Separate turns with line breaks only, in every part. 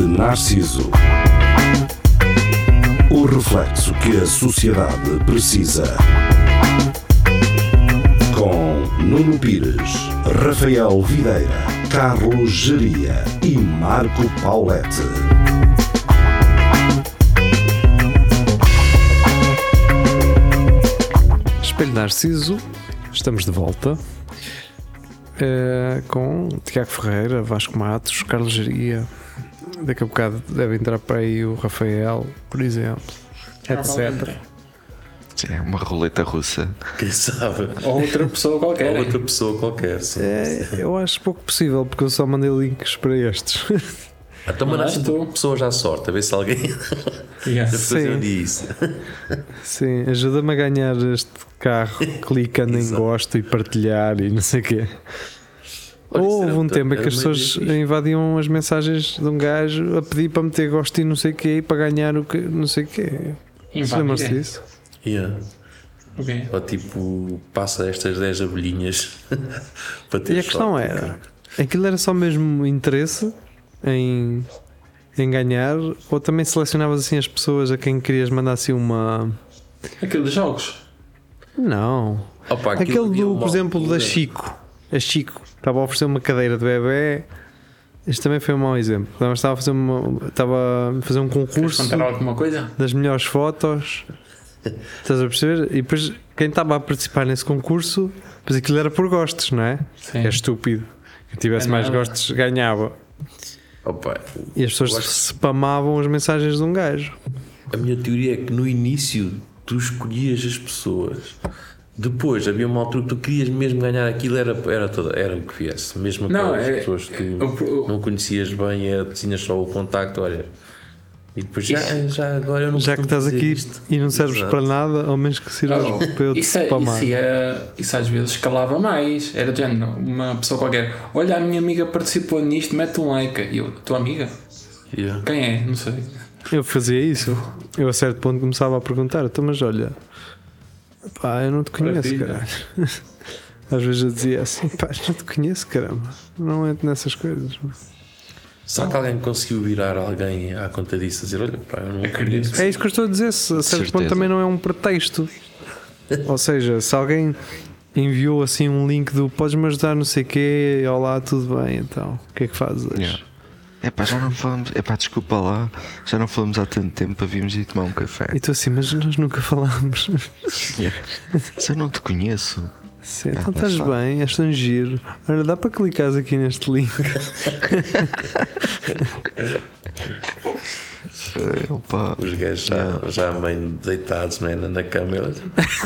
Narciso. O reflexo que a sociedade precisa. Com Nuno Pires, Rafael Videira, Carlos Geria e Marco Paulette.
Espelho Narciso, estamos de volta. eh, com Tiago Ferreira, Vasco Matos, Carlos Geria. Daqui a bocado deve entrar para aí o Rafael, por exemplo, etc.
É uma roleta russa.
Quem sabe?
Ou outra pessoa qualquer.
Ou
hein? É.
outra pessoa qualquer. Sim.
Eh, eu acho pouco possível porque eu só mandei links para estes.
Então mandaste
Não é?
tu pessoas à sorte, a ver se alguém
Yeah.
Sim.
fazia isso.
Sim, ajuda-me a ganhar este carro clicando em
Exato.
gosto e partilhar e não sei o quê.
Olha, isso
Houve
era
um
muito-
tempo em que
era
as
uma ideia
pessoas
fixe.
invadiam as mensagens de um gajo a pedir para meter gosto e não sei o quê e para ganhar o que não sei o quê.
Invadir,
Lembram-se
é.
disso?
Yeah.
O quê?
Ou tipo, passa estas 10 abelhinhas para ter
E a questão
sorte.
era: aquilo era só mesmo interesse em, em ganhar ou também selecionavas assim as pessoas a quem querias mandar assim uma.
Aquilo dos jogos.
Não. é,
Opa, aquilo é
Aquele
havia
do,
uma
por exemplo, da
altura-
Chico. A Chico estava a oferecer uma cadeira de bebê. Este também foi um mau exemplo. Estava- Estava a fazer, uma, estava a fazer um
Queres
concurso
contar alguma coisa?
das melhores fotos. Estás a perceber? E depois, quem estava a participar nesse concurso, pois aquilo era por gostos, não é?
Sim.
É estúpido. Quem tivesse
É
mais
nada.
gostos ganhava.
Opa,
E as pessoas
Eu acho-
spamavam as mensagens de um gajo.
a minha teoria é que no início tu escolhias as pessoas. Depois havia uma altura que tu querias mesmo ganhar aquilo, era, era, toda, era o que viesse. Mesmo
Não,
aquelas
é-
pessoas que
o- o-
não conhecias bem, era, tinhas só o contacto, olha. E depois já,
Isso-
já agora eu não
Já que
costumo
estás
fazer
aqui
isto.
e não serves
Exato. Ah,
para nada, ao menos que sirvas
Oh,
para eu te
isso, é-
spamar.
isso é- isso às vezes escalava mais. Era do género, uma pessoa qualquer. Olha, a minha amiga participou nisto, mete um like. E eu, tua amiga?
Yeah.
Quem é? Não sei.
Eu fazia isso. Eu a certo ponto começava a perguntar: então, mas olha, pá, eu não te conheço,
Partilha.
caralho. Às vezes eu dizia assim: pá, não te conheço, caramba. Não entro nessas coisas.
Será que alguém conseguiu virar alguém à conta disso? Dizer, olha, pá, eu não
Acredito.
acredito.
É isso que eu estou a dizer. se A certo
Certeza.
ponto também não é um pretexto. Ou seja, se alguém enviou assim um link do podes-me ajudar, não sei o quê, olá, tudo bem, então, o que é que fazes?
Yeah. Epá, já não falamos. Epá, desculpa lá. Já não falamos há tanto tempo. Havíamos de tomar um café.
E tu assim, mas nós nunca falámos.
Se eu não te conheço.
Sim,
Ah,
então estás bem, és tão giro. Olha, dá para clicares aqui neste link.
Opa.
Os gajos já, já meio deitados né, na- na cama. Eu,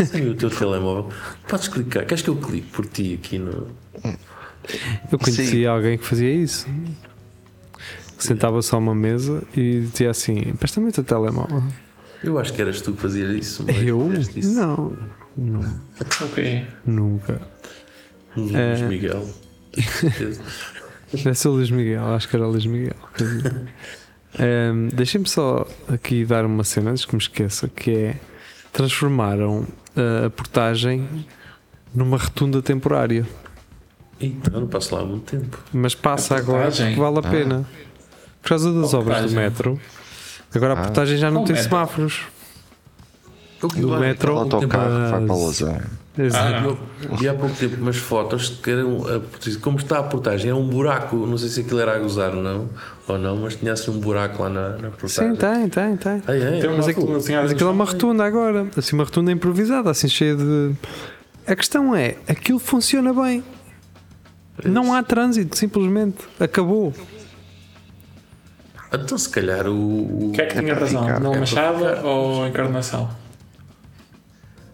Sim, o teu telemóvel. Podes clicar. Queres que eu clique por ti aqui no.
Eu conheci
Sim.
alguém que fazia isso. Sentava-se a uma mesa e dizia assim: Presta-me o teu telemóvel.
Eu acho que eras tu que fazias isso. mas
Eu?
fizeste Isso.
Não,
Ok.
É, nunca.
Hum, Luís
É.
Miguel. Com certeza.
Deve ser o Luís Miguel, acho que era o Luís Miguel. Ahm, Deixem-me só aqui dar uma cena antes que me esqueça: que é transformaram ah, a portagem numa retunda temporária.
então, não passo lá há muito tempo.
Mas passa
A
agora
portagem?
que vale a pena. Por causa das
A
obras do
portagem.
metro, agora a portagem já não
Qual
tem
metro?
semáforos.
Eu,
Do
eu-
metro
O autocarro vai para
mas-
Lausanne.
Exato.
Ah,
eu vi há pouco tempo umas fotos que eram. a- Como está a portagem? Era um buraco. Não sei se aquilo era a gozar ou não, ou não mas tinha assim um buraco lá na, na portagem.
Sim, tá. tem, tem, tem.
Ai, ai,
Tem
Mas
uma
aquilo,
rua, assim, às
mas aquilo é
vezes não-
uma retunda agora, assim, uma retunda improvisada, assim cheia de. A questão é, aquilo funciona bem. Não há trânsito, simplesmente. Acabou.
Então, se calhar, o. o-
O que é que tinha razão?
ficar,
Não
é
Machado ou Encarnação?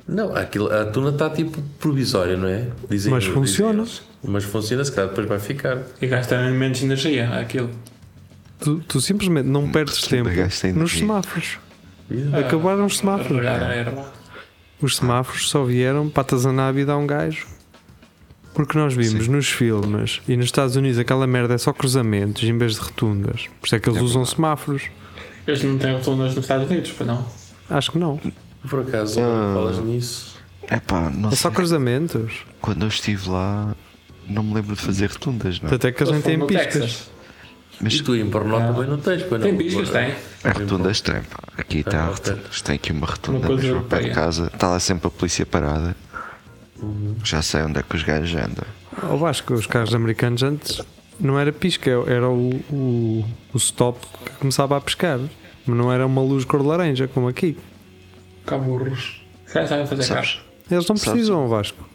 Não, aquilo, a tuna está tipo provisória, não é? Dizem-
Mas
dizem
funciona.
eles. Mas funciona, se calhar depois vai ficar.
E gastaram menos energia, aquilo.
Tu, tu simplesmente não perdes tempo
gasta energia.
nos semáforos.
Yeah.
Acabaram os semáforos.
Regada a erva.
Os semáforos só vieram para atazanar a vida a um gajo. Porque nós vimos nos filmes e nos Estados Unidos aquela merda é só cruzamentos em vez de rotundas. Por isso é que eles usam semáforos.
Eles não têm rotundas nos Estados Unidos, pois não?
Acho que não.
Por acaso,
Ah.
falas nisso?
Epá, não
É só
sei.
cruzamentos.
Quando eu estive lá, não me lembro de fazer rotundas, não.
Tanto é que eles nem
Eles foram
têm
no
pistas.
Texas.
Mas-
e tu em Pornó também não tens, pois não?
Tem piscas, tem.
A rotunda é estranha, pá. Aqui está a rotunda. Isto tem aqui uma rotunda
Uma coisa
mesmo ao pé de
europeia.
casa. Está lá sempre a polícia parada. Já sei onde é que os gajos andam.
Ao Vasco, os carros americanos antes não era pisca, era o, o, o stop que começava a pescar. Mas não era uma luz cor de laranja, como aqui.
Caburros. Os caras sabem fazer
Sabes?
carros.
Eles não
Sabes-
precisam, ao Vasco.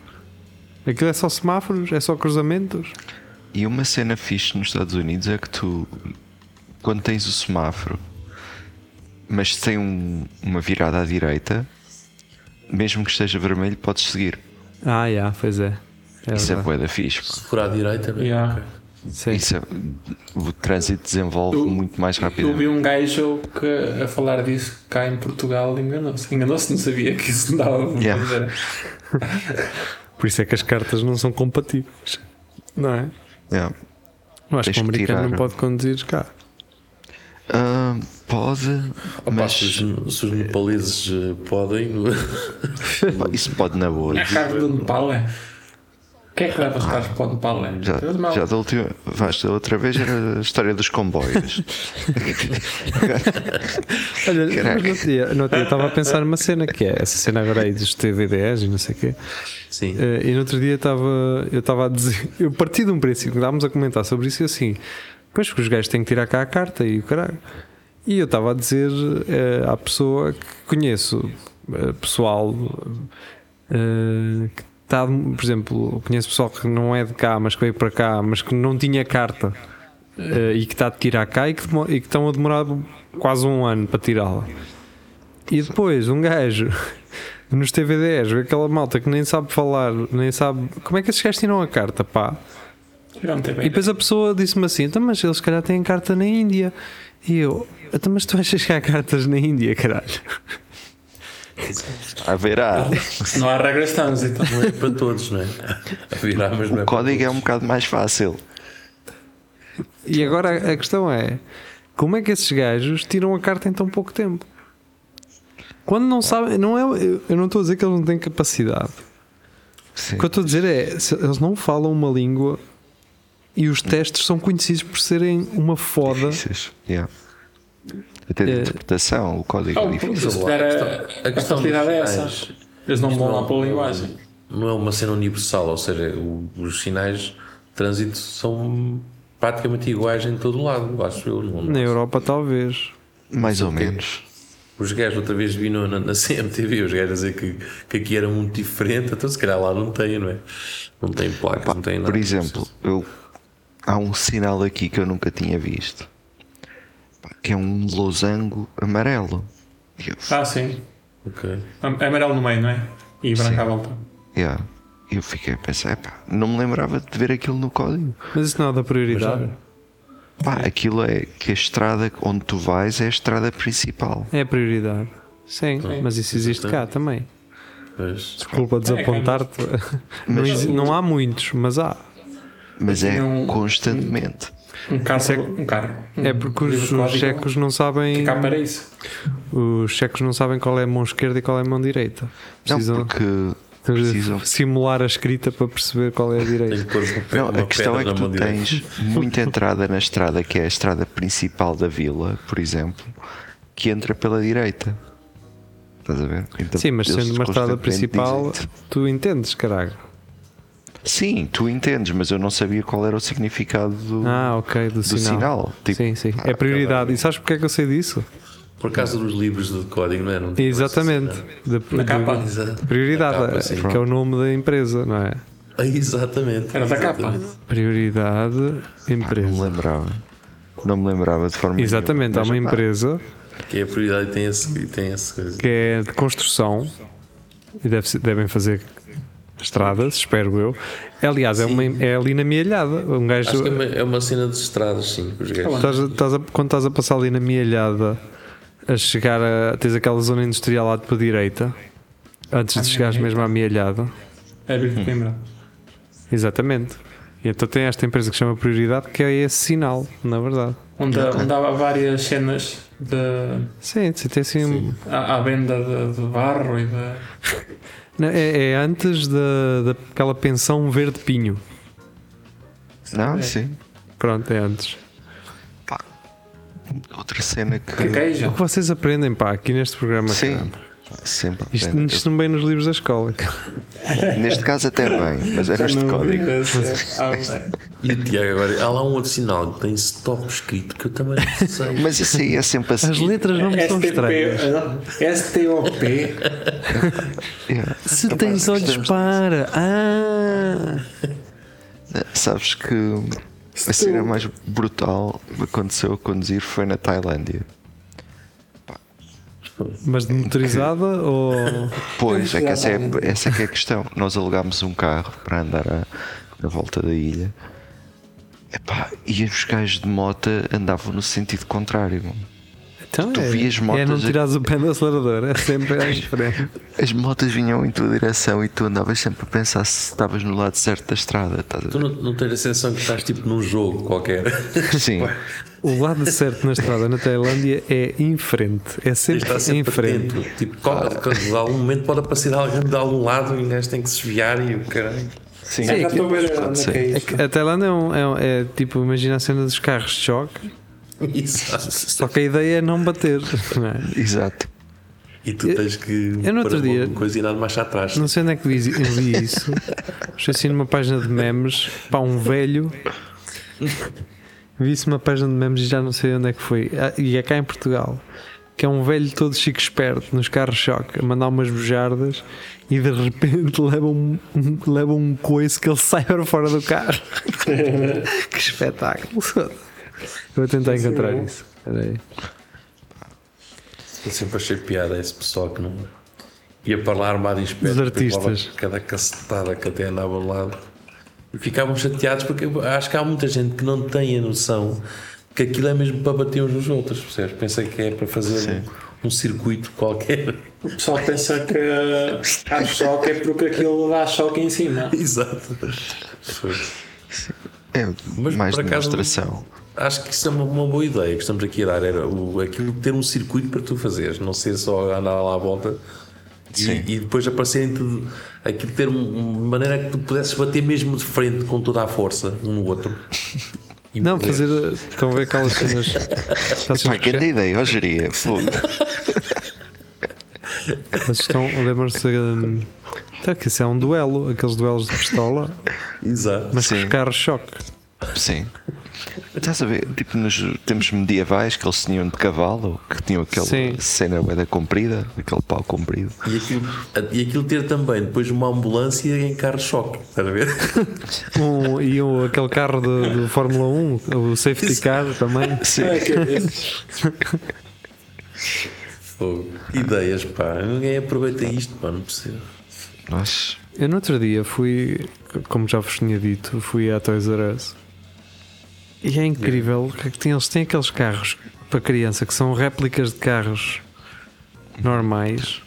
Aquilo é só semáforos, é só cruzamentos.
E uma cena fixe nos Estados Unidos é que tu, quando tens o semáforo, mas tem um- uma virada à direita, mesmo que esteja vermelho, podes seguir.
Ah, já, pois é. É
Isso é
verdade.
boeda fixe. pá.
Se for à direita, bem,
Yeah.
ok.
Sim.
Isso é- o trânsito desenvolve
Eu-
muito mais
Eu vi
rapidamente.
um gajo que, a falar disso cá em Portugal enganou-se. Enganou-se, não sabia que isso não dava para
Yeah.
fazer.
Por isso é que as cartas não são compatíveis. Não é?
Yeah.
Eu acho
Tens
que um
que
americano
tirar.
não pode conduzir cá.
Ah, pode,
Opa, se,
mas
os, se os nepaleses eh, podem,
pá, isso pode na boa.
É a carne do Nepal, é? O que é que leva os carros para o Nepal, é?
Já,
Fez mal.
já da última, vais, da outra vez era a história dos comboios.
Olha, mas
Caraca.
no outro dia, no outro dia estava a pensar numa cena que é essa cena agora aí dos TVDs e não sei o quê.
sim.
Eh, E no outro dia estava, eu estava a dizer, eu parti de um princípio, que estávamos a comentar sobre isso e eu assim, pois que os gajos têm que tirar cá a carta e o caralho. E eu estava a dizer eh, à pessoa que conheço, eh, pessoal eh, que está, por exemplo, conheço pessoal que não é de cá, mas que veio para cá, mas que não tinha carta eh, e que está a tirar cá e que, demo- e que estão a demorar quase um ano para tirá-la. E depois um gajo nos TVDs, vê aquela malta que nem sabe falar, nem sabe como é que esses gajos tiram a carta, pá.
Já não tem bem.
E depois a pessoa disse-me assim: então, mas eles se calhar têm carta na Índia. E eu, então, mas tu achas que há cartas na Índia, caralho?
Haverá.
Não há regras então. de trânsito.
Não é para todos, não é? A virar, mas não é
O código é um bocado mais fácil.
E agora a questão é: como é que esses gajos tiram a carta em tão pouco tempo? Quando não sabem, não é, eu eu não estou a dizer que eles não têm capacidade.
Sim.
O que eu estou a dizer é, se eles não falam uma língua e os testes são conhecidos por serem uma foda.
Difíceis. Yeah. Até de
Eh,
interpretação, o código é
Oh,
difícil.
se
para
calhar
lá.
a, a
dos
facilidade é essa.
sinais,
Eles não vão
não-
lá para a linguagem.
Não é uma cena universal, ou seja, o- os sinais de trânsito são praticamente iguais em todo o lado, acho eu. Não, é?
Na Europa, talvez.
Mais ou menos.
Os gajos, outra vez vi no- na, na CMTV, os gajos a dizer que, que aqui era muito diferente, então se calhar lá não tem, não é? Não tem placas, não tem nada.
Por exemplo, eu, há um sinal aqui que eu nunca tinha visto. Pá, Que é um losango amarelo. E eu,
Ah, sim.
Ok.
Am- Amarelo no meio, não é? E branco à volta.
yeah. eu fiquei a pensar, "Epá, não me lembrava de ver aquilo no código.
Mas isso não é da prioridade.
Pá, aquilo é que a estrada onde tu vais é a estrada principal.
É a prioridade. Sim, mas isso existe cá também.
Mas,
Desculpa desapontar-te. Não,
É, Mas-
exi- não há muitos, mas há.
Mas é
Não-
constantemente.
Um carro. Um carro. Um
É
Hum.
porque os, os checos não sabem.
Cá para isso.
Os checos não sabem qual é a mão esquerda e qual é a mão direita.
Não,
Precisam,
porque
precisam
precisam.
simular a escrita para perceber qual é a
tem
direita.
que pôr uma, pe-
Não,
uma
a questão
pedra
é que
na
tu
mão direita.
tens muita entrada na estrada, que é a estrada principal da vila, por exemplo, que entra pela direita. Estás a ver? Então,
Sim, mas
eles
sendo uma estrada
constantemente
principal,
dizem-te.
tu entendes, caralho.
Sim, tu entendes, mas eu não sabia qual era o significado do.
Ah, ok, do,
sinal, tipo,
sim, sim.
ah,
É prioridade. E sabes porque é que eu sei disso?
Por causa dos livros de código, não é? Não tem
Exatamente. Da,
Na
da-
capa.
Exato.
prioridade,
Na capa, sim.
que é o nome da empresa, não é?
Ah, Exatamente.
Era da capa.
Exatamente.
Prioridade,
não é me
empresa.
lembrava. Não me lembrava de forma.
Exatamente, há
nenhuma,
uma
mas, pá,
empresa
Que é a prioridade e tem esse, e tem esse coisa.
que é de construção e deve ser- devem fazer estradas, espero eu. Aliás, é, uma, é ali na mielhada. Um
Acho que é
gajo.
uma, é uma cena de estradas, sim, que os gajos.
estás a- estás a- quando estás a passar ali na mielhada, a chegar a. tens aquela zona industrial lá de para a direita, antes de chegares mesmo à mielhada.
É vir de Coimbra.
Exatamente. E então tem esta empresa que se chama Prioridade, que é esse sinal, na verdade.
Onde, onde há várias cenas de,
Sim, sim, tem assim. um-
à, à venda de, de barro e de.
Não, é, é antes da, daquela pensão verde-pinho.
Não, sim.
Pronto, é antes.
outra cena que.
Que queijo.
O que vocês aprendem, pá, aqui neste programa.
Sim.
caramba.
Sempre.
Isto,
aprende.
isto não vem nos livros da escola.
Neste caso até bem, mas é neste
um
código.
ah, é.
E o Tiago agora, há lá um outro sinal que tem stop escrito que eu também não sei.
Mas isso aí é sempre assim.
As letras não me são estranhas.
ah,
STP, STOP,
Yeah.
Se
Rapaz,
tens olhos
gostamos.
para. Ah!
Sabes que a cena mais brutal que aconteceu a conduzir foi na Tailândia.
Mas de motorizada ou.
Pois, é que essa é, essa é que é a questão. Nós alugámos um carro para andar à, na volta da ilha. Epá, e os gajos de moto andavam no sentido contrário. mano.
Então
Tu
é,
vias
é não
motas a-
tirares o pé do acelerador, é sempre à frente.
As motas vinham em tua direção e tu andavas sempre a pensar se estavas no lado certo da estrada. Estás a
Tu
ver?
não, não tens a sensação que estás tipo num jogo qualquer.
Sim,
O lado certo na estrada na Tailândia é em frente. É sempre,
Está sempre
em frente.
atento. Tipo, qual- de algum momento pode aparecer alguém de algum lado e o gajo tem que se desviar e o caralho.
sim.
já estou a ver
Pode
onde é
ser.
que é
É
isto.
que A Tailândia é, um- é um- é tipo, imagina a cena dos carros de choque,
Exato.
só que a ideia é não bater. Não, é?
Exato.
E tu tens que
eu no outro
parar
dia-
uma coisa e andar mais atrás.
Não sei onde é que vi, eu vi isso. Foi assim numa página de memes, pá, um velho. Vi isso numa página de memes e já não sei onde é que foi. Ah, E é cá em Portugal. Que é um velho todo chique esperto nos carros de choque a mandar umas bujardas e de repente leva um, um, leva um coice que ele sai para fora do carro. que espetáculo! Eu vou tentar encontrar isso. Espera aí.
Eu sempre achei piada esse pessoal que não ia para lá armado em espelho.
Dos artistas.
levava Cada cacetada que até andava de lado. E ficavam chateados porque eu acho que há muita gente que não tem a noção que aquilo é mesmo para bater uns nos outros, percebes? Pensa que é para fazer um, um circuito qualquer.
O pessoal pensa que há choque é porque aquilo dá choque em cima.
Exato. Foi.
É
Mas
mais
por acaso-
demonstração.
Acho que isso é uma, uma boa ideia que estamos aqui a dar. Era o, aquilo de ter um circuito para tu fazeres, não ser só andar lá à volta
Sim.
e, e depois aparecerem tudo. Aquilo ter um- uma maneira que tu pudesses bater mesmo de frente com toda a força um no outro. E
Não,
poder-
fazer. eh, Estão a ver aquelas cenas. aquelas
Pá,
cenas que-
grande ideia, ó geria. Fogo.
Mas estão, lembram-se. hum, Até que isso é um duelo, aqueles duelos de pistola,
Exato.
mas
Sim.
com carro choque.
Sim. Estás a ver? Tipo nos tempos medievais que eles tinham de cavalo, que tinham aquela
Sim.
cena da comprida, aquele pau comprido.
E aquilo, e aquilo ter também depois uma ambulância em carro-choque, estás a ver?
Um, e um, aquele carro de, de Fórmula 1, o safety car também.
É que é isso.
Fogo. Ideias, pá. Ninguém aproveita isto, pá. Não percebo.
Nós.
Eu no outro dia fui, como já vos tinha dito, fui à Toys R Us. E é incrível que tem- eles têm aqueles carros para criança que são réplicas de carros normais.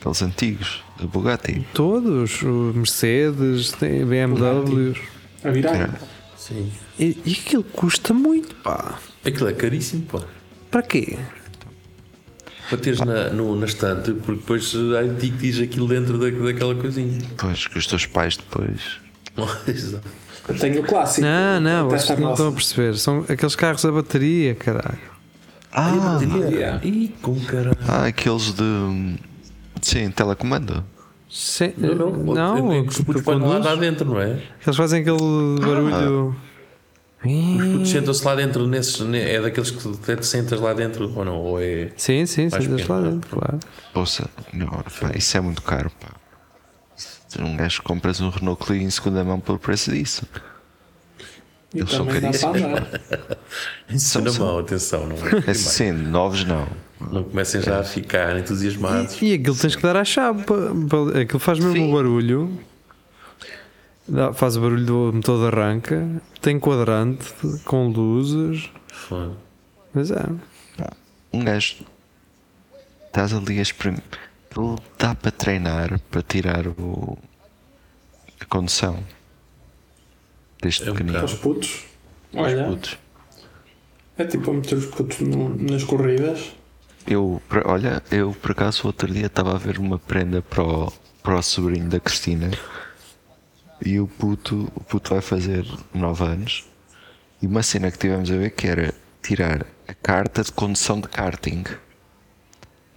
Aqueles antigos, a Bugatti.
Todos, o Mercedes, tem BMWs.
A virar.
É.
Sim.
E, e aquilo custa muito, pá.
Aquilo é caríssimo, pá.
Para quê?
Para teres na, no- na estante, porque depois eh, aí diz aquilo dentro da, daquela coisinha.
Pois, que os teus pais depois.
Exato.
Eu tenho o clássico.
Não, não,
Até
vocês
está
não estão a
clássico.
perceber. São aqueles carros a bateria, caralho.
Ah,
Yeah.
é- Ih, com caralho.
ah, aqueles de. Sim, telecomando.
Sem-
Não, não, não.
não,
Os putos
porque
vão lá,
conduz,
lá dentro, não é?
eles fazem aquele barulho.
Ah, Os putos sentam-se lá dentro, nesses, ne- é daqueles que tu até te sentas lá dentro, ou não? Ou é.
Sim, sim,
Mais
sim, deixa lá
pequeno, é.
dentro, claro.
Poxa, não, pá, isso é muito caro, pá. Se Um gajo que compras um Renault Clio em segunda mão pelo preço disso.
E
Eles são
também dá para
caríssimos.
andar.
Isso na mão, atenção, não é?
É, sim, novos não.
Não comecem já a ficar entusiasmados.
E aquilo tens que dar à chave. pa- pa- Aquilo faz mesmo o barulho. Dá- faz o barulho do motor de arranca. Tem quadrante com luzes.
Foda.
Mas é.
um gajo estás ali a experimentar. Ele dá para treinar para tirar o a condução deste
É um
pequenino.
Os putos. Olha,
Putz,
é tipo a meter os putos no- nas corridas.
Eu, por- olha, eu por acaso outro dia estava a ver uma prenda para o, para o sobrinho da Cristina e o puto, o puto vai fazer 9 anos e uma cena que tivemos a ver que era tirar a carta de condução de karting.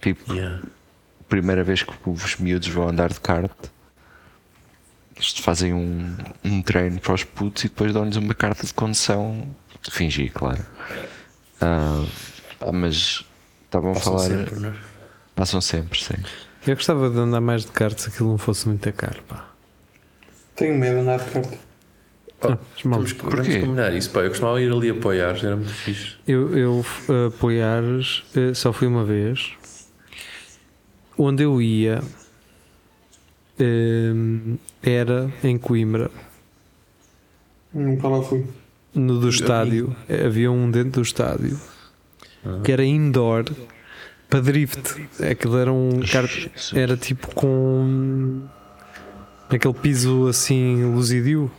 Tipo,
Yeah.
primeira vez que os miúdos vão andar de kart, eles fazem um, um treino para os putos e depois dão-lhes uma carta de condução. de Fingir, claro. Ah, pá, mas estavam a
Passam
falar.
sempre, não é?
Passam sempre, sim.
Eu gostava de andar mais de kart se aquilo não fosse muito caro, pá.
Tenho medo de andar de carta.
Ah, os malucos.
Vamos, vamos
Porquê?
combinar isso, pá. Eu costumava ir ali apoiar, era muito fixe.
Eu, eu eh, apoiares eh, só fui uma vez. Onde eu ia eh, era em Coimbra,
Nunca lá fui.
no do estádio. Havia um dentro do estádio que era indoor para drift. Aquilo era um kart, era tipo com aquele piso assim luzidio.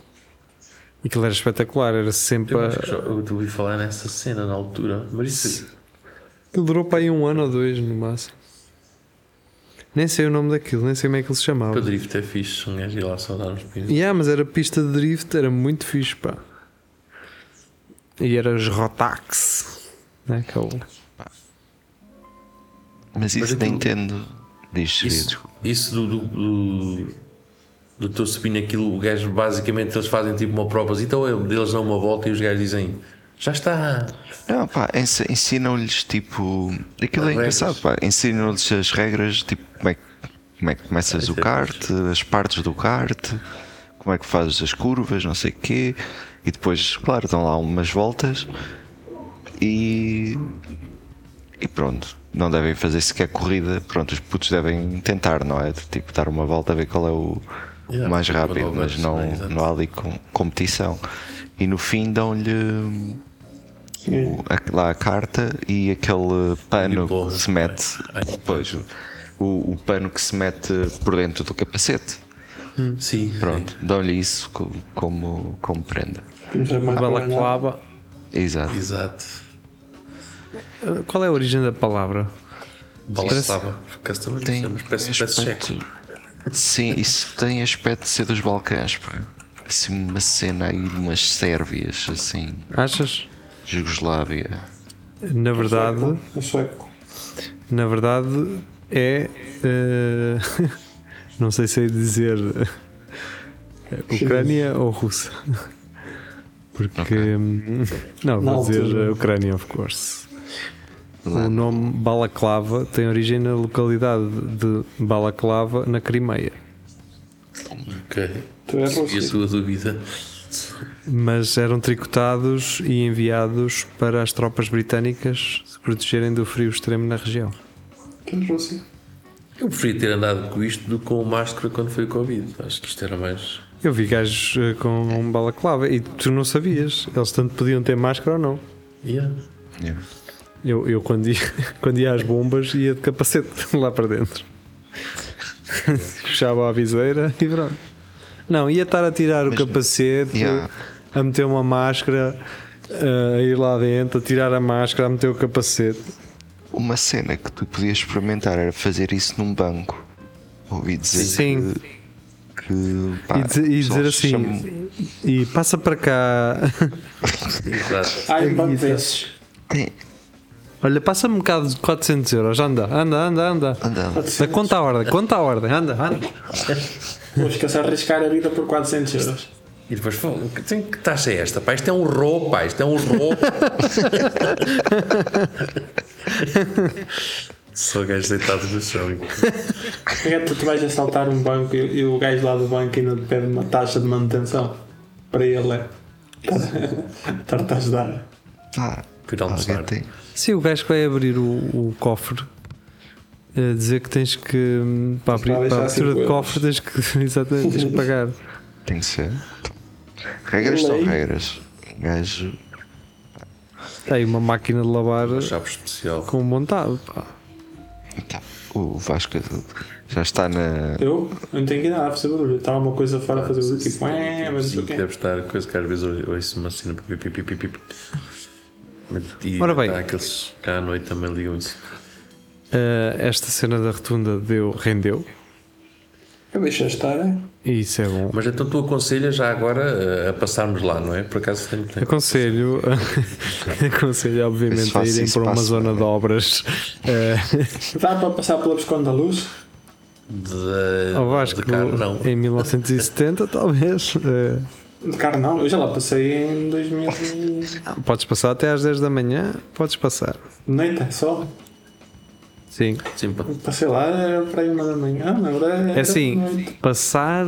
Aquilo era espetacular, era sempre.
Eu
a-
acho que já eu te ouvi falar nessa cena na altura, mas isso
Aquilo durou para aí um ano ou dois no máximo. Nem sei o nome daquilo, nem sei como é que ele se chamava.
para drift é fixe, um gajo ir lá só dar uns pinos.
Yeah, mas era pista de drift, era muito fixe, pá. E era os Rotax. Né, que é o-
Mas isso
aquilo-
nem entendo. Diz,
Isso,
querido.
isso do, do, do, do teu subindo aquilo, o gajo basicamente eles fazem tipo uma propósito, ou é- eles dão uma volta e os gajos dizem já está.
Não, pá, ens- ensinam-lhes tipo. Aquilo é
É, As
engraçado, pá. Ensinam-lhes as regras, tipo, como é que, como é que começas o kart, as partes do kart, como é que fazes as curvas, não sei o quê. E depois, claro, dão lá umas voltas e. E pronto. Não devem fazer sequer corrida. Pronto, os putos devem tentar, não é? De, tipo, dar uma volta a ver qual é o, o
Yeah,
mais
qual é o
rápido, mas
verso,
não,
né? Exato.
não há ali com, competição. E no fim dão-lhe. hum, o- a- lá a carta e aquele pano
Diploma.
que se mete
é. Ai, ai.
depois o, o pano que se mete por dentro do capacete
Sim,
pronto dão-lhe isso co- como, como prenda
Temos a marca lá.
Balaclava.
exato
exato.
Ah, Qual é a origem da palavra?
Balaclava, por acaso também
tem
não sei, mas parece, parece cheque.
aspecto sim isso tem aspecto de ser dos Balcãs pá. assim uma cena aí de umas sérvias assim
Achas?
Jugoslávia
Na verdade,
O É sueco.
na verdade é. eh, não sei se é dizer eh, Ucrânia ou Russa. Porque. hum, Não,
Na
vou dizer
altura.
eh, Ucrânia, of course. O
Lá.
nome Balaclava tem origem na localidade de Balaclava, na Crimeia.
Ok.
Tu és
E a
russo.
sua dúvida?
Mas eram tricotados e enviados para as tropas britânicas se protegerem do frio extremo na região.
Tu és russo.
Eu preferia ter andado com isto do que com o máscara quando foi o Covid. Acho que isto era mais.
Eu vi gajos eh, com um balaclava e tu não sabias. Eles tanto podiam ter máscara ou não.
Yeah.
Yeah.
Eu, eu quando, ia, quando ia às bombas ia de capacete lá para dentro. Fechava a viseira e pronto. Não, ia estar a tirar o capacete,
Yeah.
a meter uma máscara, eh, a ir lá dentro, a tirar a máscara, a meter o capacete.
uma cena que tu podias experimentar era fazer isso num banco ouvi dizer
Sim.
que que, pá,
E, dizer- e
pessoal
dizer assim,
chama-
e passa para cá,
Exato.
Ai, banco desses.
Tem-
olha, passa-me um bocado de 400 euros, anda, anda, anda, anda.
anda, anda.
Da conta à ordem, conta à ordem, anda, anda.
Vou esquecer de arriscar a vida por 400 euros.
E depois, "Fô, que tem- que taxa é esta? Pá, isto é um roubo, pá, isto é um roubo. Só gajos deitados no chão.
Como é que tu vais assaltar um banco e, e o gajo lá do banco ainda te pede uma taxa de manutenção? Para ele é. Estar-te a ajudar.
Pá,
Fui almoçar.
alguém tem-
Sim, o gajo que vai abrir o, o cofre eh, dizer que tens que hum, para abrir
Vai
para a
deixar
abertura de
cinco
cofre tens que, exatamente, tens que pagar.
tem que ser regras são
Lei.
regras Um gajo
Tá Aí uma máquina de lavar eh,
Chave especial.
com montado. pá.
tá, o Vasco já está na
Eu? Eu não tenho que ir nada a fazer barulho. Estava uma coisa fora a fazer barulho. Tipo, é, mas não sei
Sim,
o quê.
deve estar coisa que às vezes ou- ouço uma cena. pi, pi, pi, pi, pi, pi. E
Ora bem.
Há aqueles que à noite também ligam isso.
Eh, esta cena da rotunda deu, rendeu.
Eu deixo estar, é?
E isso é bom.
Mas então tu aconselhas já agora eh, a passarmos lá, não é? Por acaso tenho tempo.
Aconselho, aconselho
Isso
obviamente a
faz-
irem
isso
para uma
passa,
zona
né?
de obras. Eh,
Dá para passar pela Pescão da Luz?
De,
ao Oh, Vasco, é-
de carro, não.
em 1970, talvez. Eh,
De carro não, eu já lá passei em 2000 e-
podes passar até às 10 da manhã, podes passar.
noite só.
Sim.
Sim, pá.
Passei lá, era para aí uma da manhã, na verdade. era
É assim,
noite.
passar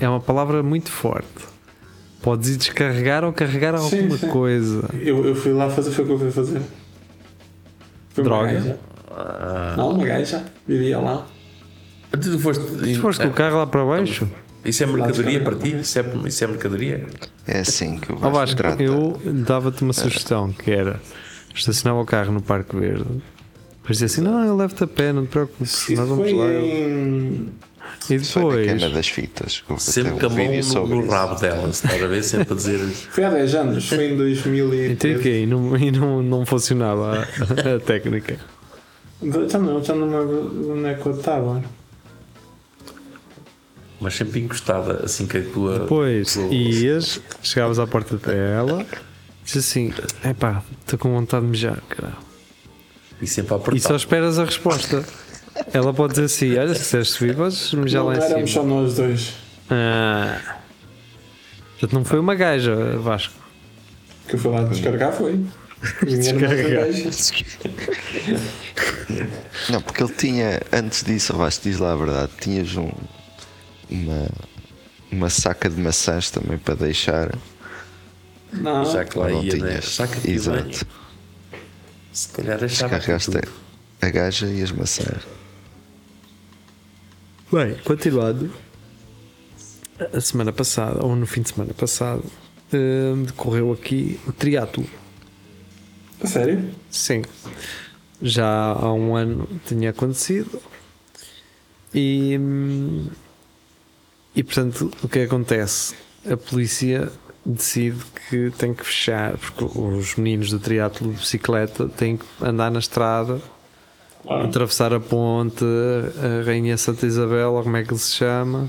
é uma palavra muito forte. Podes ir descarregar ou carregar
Sim,
alguma
sim.
coisa.
Eu, eu fui lá fazer, foi o que eu fui fazer. Foi uma
Droga. Ah.
gaja. Não, uma gaja. Vivia lá.
Tu foste-
Se foste com o carro lá para baixo,
Isso é mercadoria para ti? Isso é, isso é mercadoria?
É assim que o
Ó
Vasco,
Ah, Vasco,
trata.
eu dava-te uma sugestão que era estacionava o carro no Parque Verde. Depois dizia assim: não, eu levo-te a pé, não te preocupes,
Isso
nós vamos
foi
lá.
em.
E
Foi na
depois,
queima das fitas. que houve
Sempre
até
com a
um vídeo
mão no,
sobre
no
isso.
rabo dela, se estás a ver? Sempre a dizer.
Foi há 10 anos, foi em
então o
2013.
quê? E, não, e não, não funcionava a, a técnica.
Já então, não, já não me lembro onde é que eu estava.
Mas sempre encostada, assim que a tua.
Depois
tua-
ias, chegavas à porta dela, dizia assim: epá, estou com vontade de mijar, caralho.
E sempre a
E só
apertar.
esperas a resposta. Ela pode dizer assim: olha, se quiseres subir, podes mijar
Não
lá em
éramos
cima.
só nós dois
Ah. Portanto, não foi uma gaja, Vasco.
que eu fui lá descarregar, foi. Vinha numa
Descarregar.
gaja.
Não, porque ele tinha, antes disso, ó Vasco, diz lá a verdade, tinhas um, uma, uma saca de maçãs também para deixar.
Não,
Já que lá
Ah. não
ia, né?
tinhas.
Saca de banho.
Exato.
Se calhar achava. que
Descarregaste
tu-
a a gaja e as maçãs.
Bem, continuando. A semana passada, ou no fim de semana passado, hum, decorreu aqui o triatlo.
a sério?
Sim. Já há um ano tinha acontecido. E, hum, e portanto, o que acontece? A polícia decide que tem que fechar, porque os meninos do triatlo de bicicleta têm que andar na estrada
Claro.
atravessar a ponte, a Rainha Santa Isabel, ou como é que ele se chama,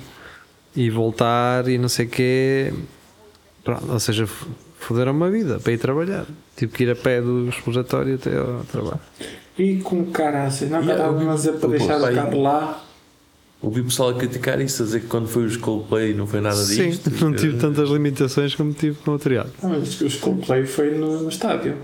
e voltar e não sei o quê. Pronto, ou seja, f- foderam uma vida para ir trabalhar. Tive que ir a pé do exploratório até ao trabalho.
E um com caraças, não
E eu
estava
vi-
a dizer para
eu
deixar o
gostei.
carro lá.
é-
Ouvi o pessoal a criticar isso, a dizer que quando foi os Coldplay não foi nada
Sim,
disto. Eh,
não tive tantas limitações como tive com o triado.
Não, mas o Coldplay foi no, no estádio.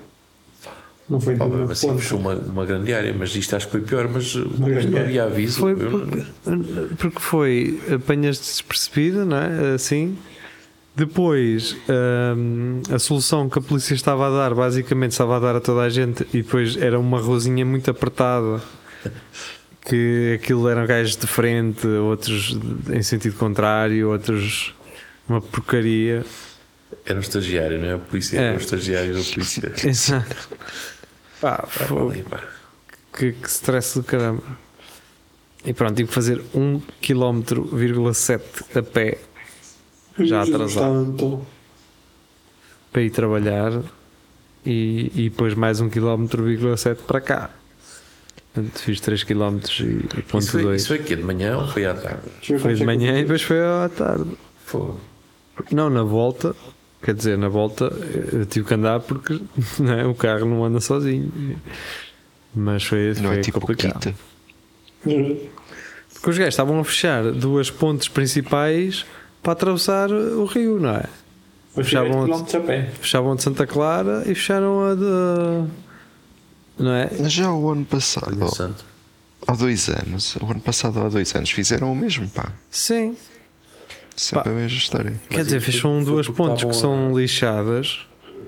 Não foi
Pá,
no
mas assim,
ponto.
fechou uma, uma grande área, mas isto acho que foi pior, mas, mas
grande
não
área.
havia aviso.
Foi
eu não-
porque, porque foi apanhas despercebido, não é? Assim. Depois, hum, a solução que a polícia estava a dar, basicamente estava a dar a toda a gente, e depois era uma rosinha muito apertada, que aquilo eram gajos de frente, outros em sentido contrário, outros uma porcaria.
Era um estagiário, não é? A polícia
É.
era um estagiário da polícia.
Exato. Pá, foi,
Ali, pá.
que, que stress do caramba. E pronto, tive que fazer 1,7 km a pé já
Eu
atrasado.
gostava,
para ir trabalhar e, e depois mais 1,7 km para cá. Portanto, fiz 3 km e, e
Isso
ponto
foi,
2.
isso
Foi,
foi aqui de manhã ou foi à tarde?
então.
de manhã e depois foi à tarde.
Fogo.
Não, na volta, quer dizer, na volta eh, eu tive que andar porque não é, o carro não anda sozinho. Mas foi,
Não
foi
é tipo o
complicado.
Kita.
Porque os gajos estavam a fechar duas pontes principais para atravessar o rio, não é?
Mas
Já
foi
vão-
8 km a pé.
Fechavam de Santa Clara e fecharam a de. Não é?
Já o ano passado,
Olha, santo.
há dois anos, o ano passado há dois anos, fizeram o mesmo, pá.
Sim.
Sempre a mesma história.
Quer dizer, fecham
foi
duas
porque
pontes que
estavam
são lixadas.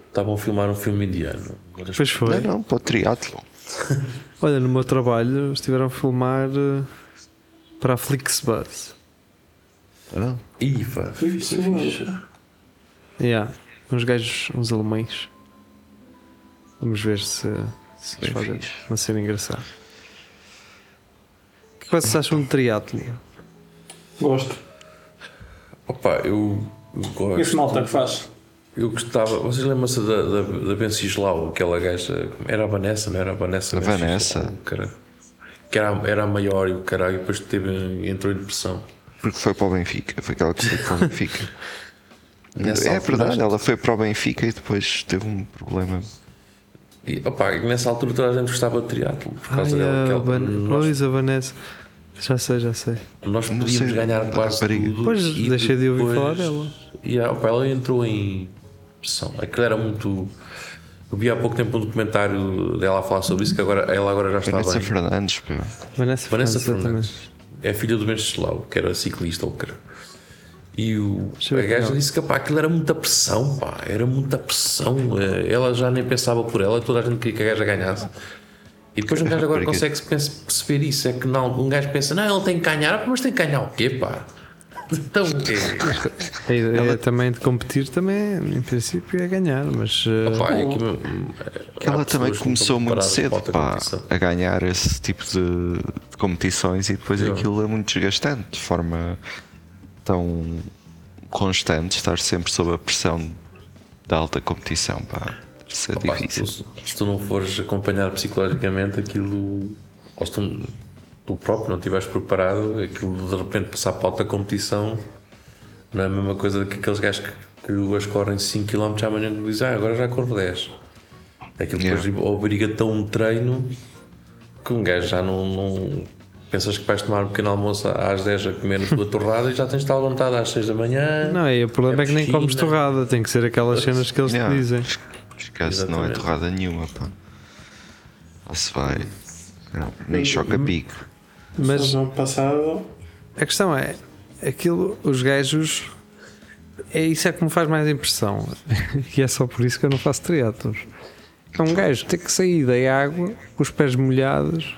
Estavam a filmar um filme indiano. Agora
Pois foi.
Não, não, para o triatlo.
Olha, no meu trabalho estiveram a filmar eh, para a Flixbus.
Não.
Ih, pá, fixe, fixe.
Yeah. Uns gajos, uns alemães. Vamos ver se, se eles fazem uma cena engraçada. O que é que vocês acham de triatlo?
Gosto.
Opa, eu
E esse
gosto.
malta que faz?
Eu gostava. Vocês lembram-se da, da, da Bencislau, aquela gaja. Era a Vanessa, não era a Vanessa?
A
Bencislau,
Vanessa.
cara. que era, era a maior e o caralho, e depois teve, entrou em depressão.
Porque foi para o Benfica, foi aquela que foi para o Benfica.
Nessa
é
altura,
verdade,
nós-
ela foi para o Benfica e depois teve um problema.
E, opá, e nessa altura toda a gente gostava de triatlo por
Ai,
causa dela. que
a
ela-
Van...
nós,
Pois, a Vanessa. Já sei, já sei.
nós
Não
podíamos
sei,
ganhar
a
quase
rapariga.
tudo.
Pois,
e
deixei de ouvir
depois-
falar dela.
E ah, opá, ela entrou em depressão. Aquilo era muito. Eu vi há pouco tempo um documentário dela a falar sobre isso, que agora, ela agora já está
Vanessa
bem.
Fernandes, pá.
Vanessa,
Vanessa
Fernandes,
Fernandes.
exatamente.
É filha do Venceslau, que era ciclista ou cara. E o,
Deixa eu
a
ver
gaja
quem é.
disse que pá, aquilo era muita pressão, pá, era muita pressão. eh, Ela já nem pensava por ela, toda a gente queria que a gaja ganhasse. E depois um gajo agora
Porque-
consegue pense- perceber isso. É que não, um gajo pensa, não, ele tem que ganhar, Ah, mas tem que ganhar o quê, pá? Então o quê?
A ideia É, também de competir também, em princípio, é ganhar, mas eh,
Pá, é que, hum,
Que
há
Ela também
pessoas que não
começou
estão
muito
preparadas
cedo
para outra
pá,
competição.
a ganhar esse tipo de, de competições e depois aquilo é muito desgastante de forma tão constante, estar sempre sob a pressão da alta competição. Pá. Isso é
Pá, se
difícil.
tu- se tu não fores acompanhar psicologicamente aquilo, ou se tu, tu próprio não estiveres preparado, aquilo de repente passar para outra competição não é a mesma coisa que aqueles gajos que, que hoje correm 5km já amanhã dizem, ah, agora já corro 10. Aquilo depois obriga-te a um treino que um gajo já não, não- Pensas que vais tomar um pequeno almoço às 10 a comer a tua torrada e já tens de estar à vontade às 6 da manhã.
não é. O problema
É
é que nem
piscina.
comes torrada, tem que ser aquelas cenas que eles te
Yeah.
dizem.
Esquece, não é
Exatamente.
torrada nenhuma. Pá. Lá se vai. Não,
Hum,
nem choca pico.
Mas-
Mas ano passado,
A questão é, aquilo, os gajos, é isso é que me faz mais impressão. e é só por isso que eu não faço triatlos. É um gajo ter que sair da água com os pés molhados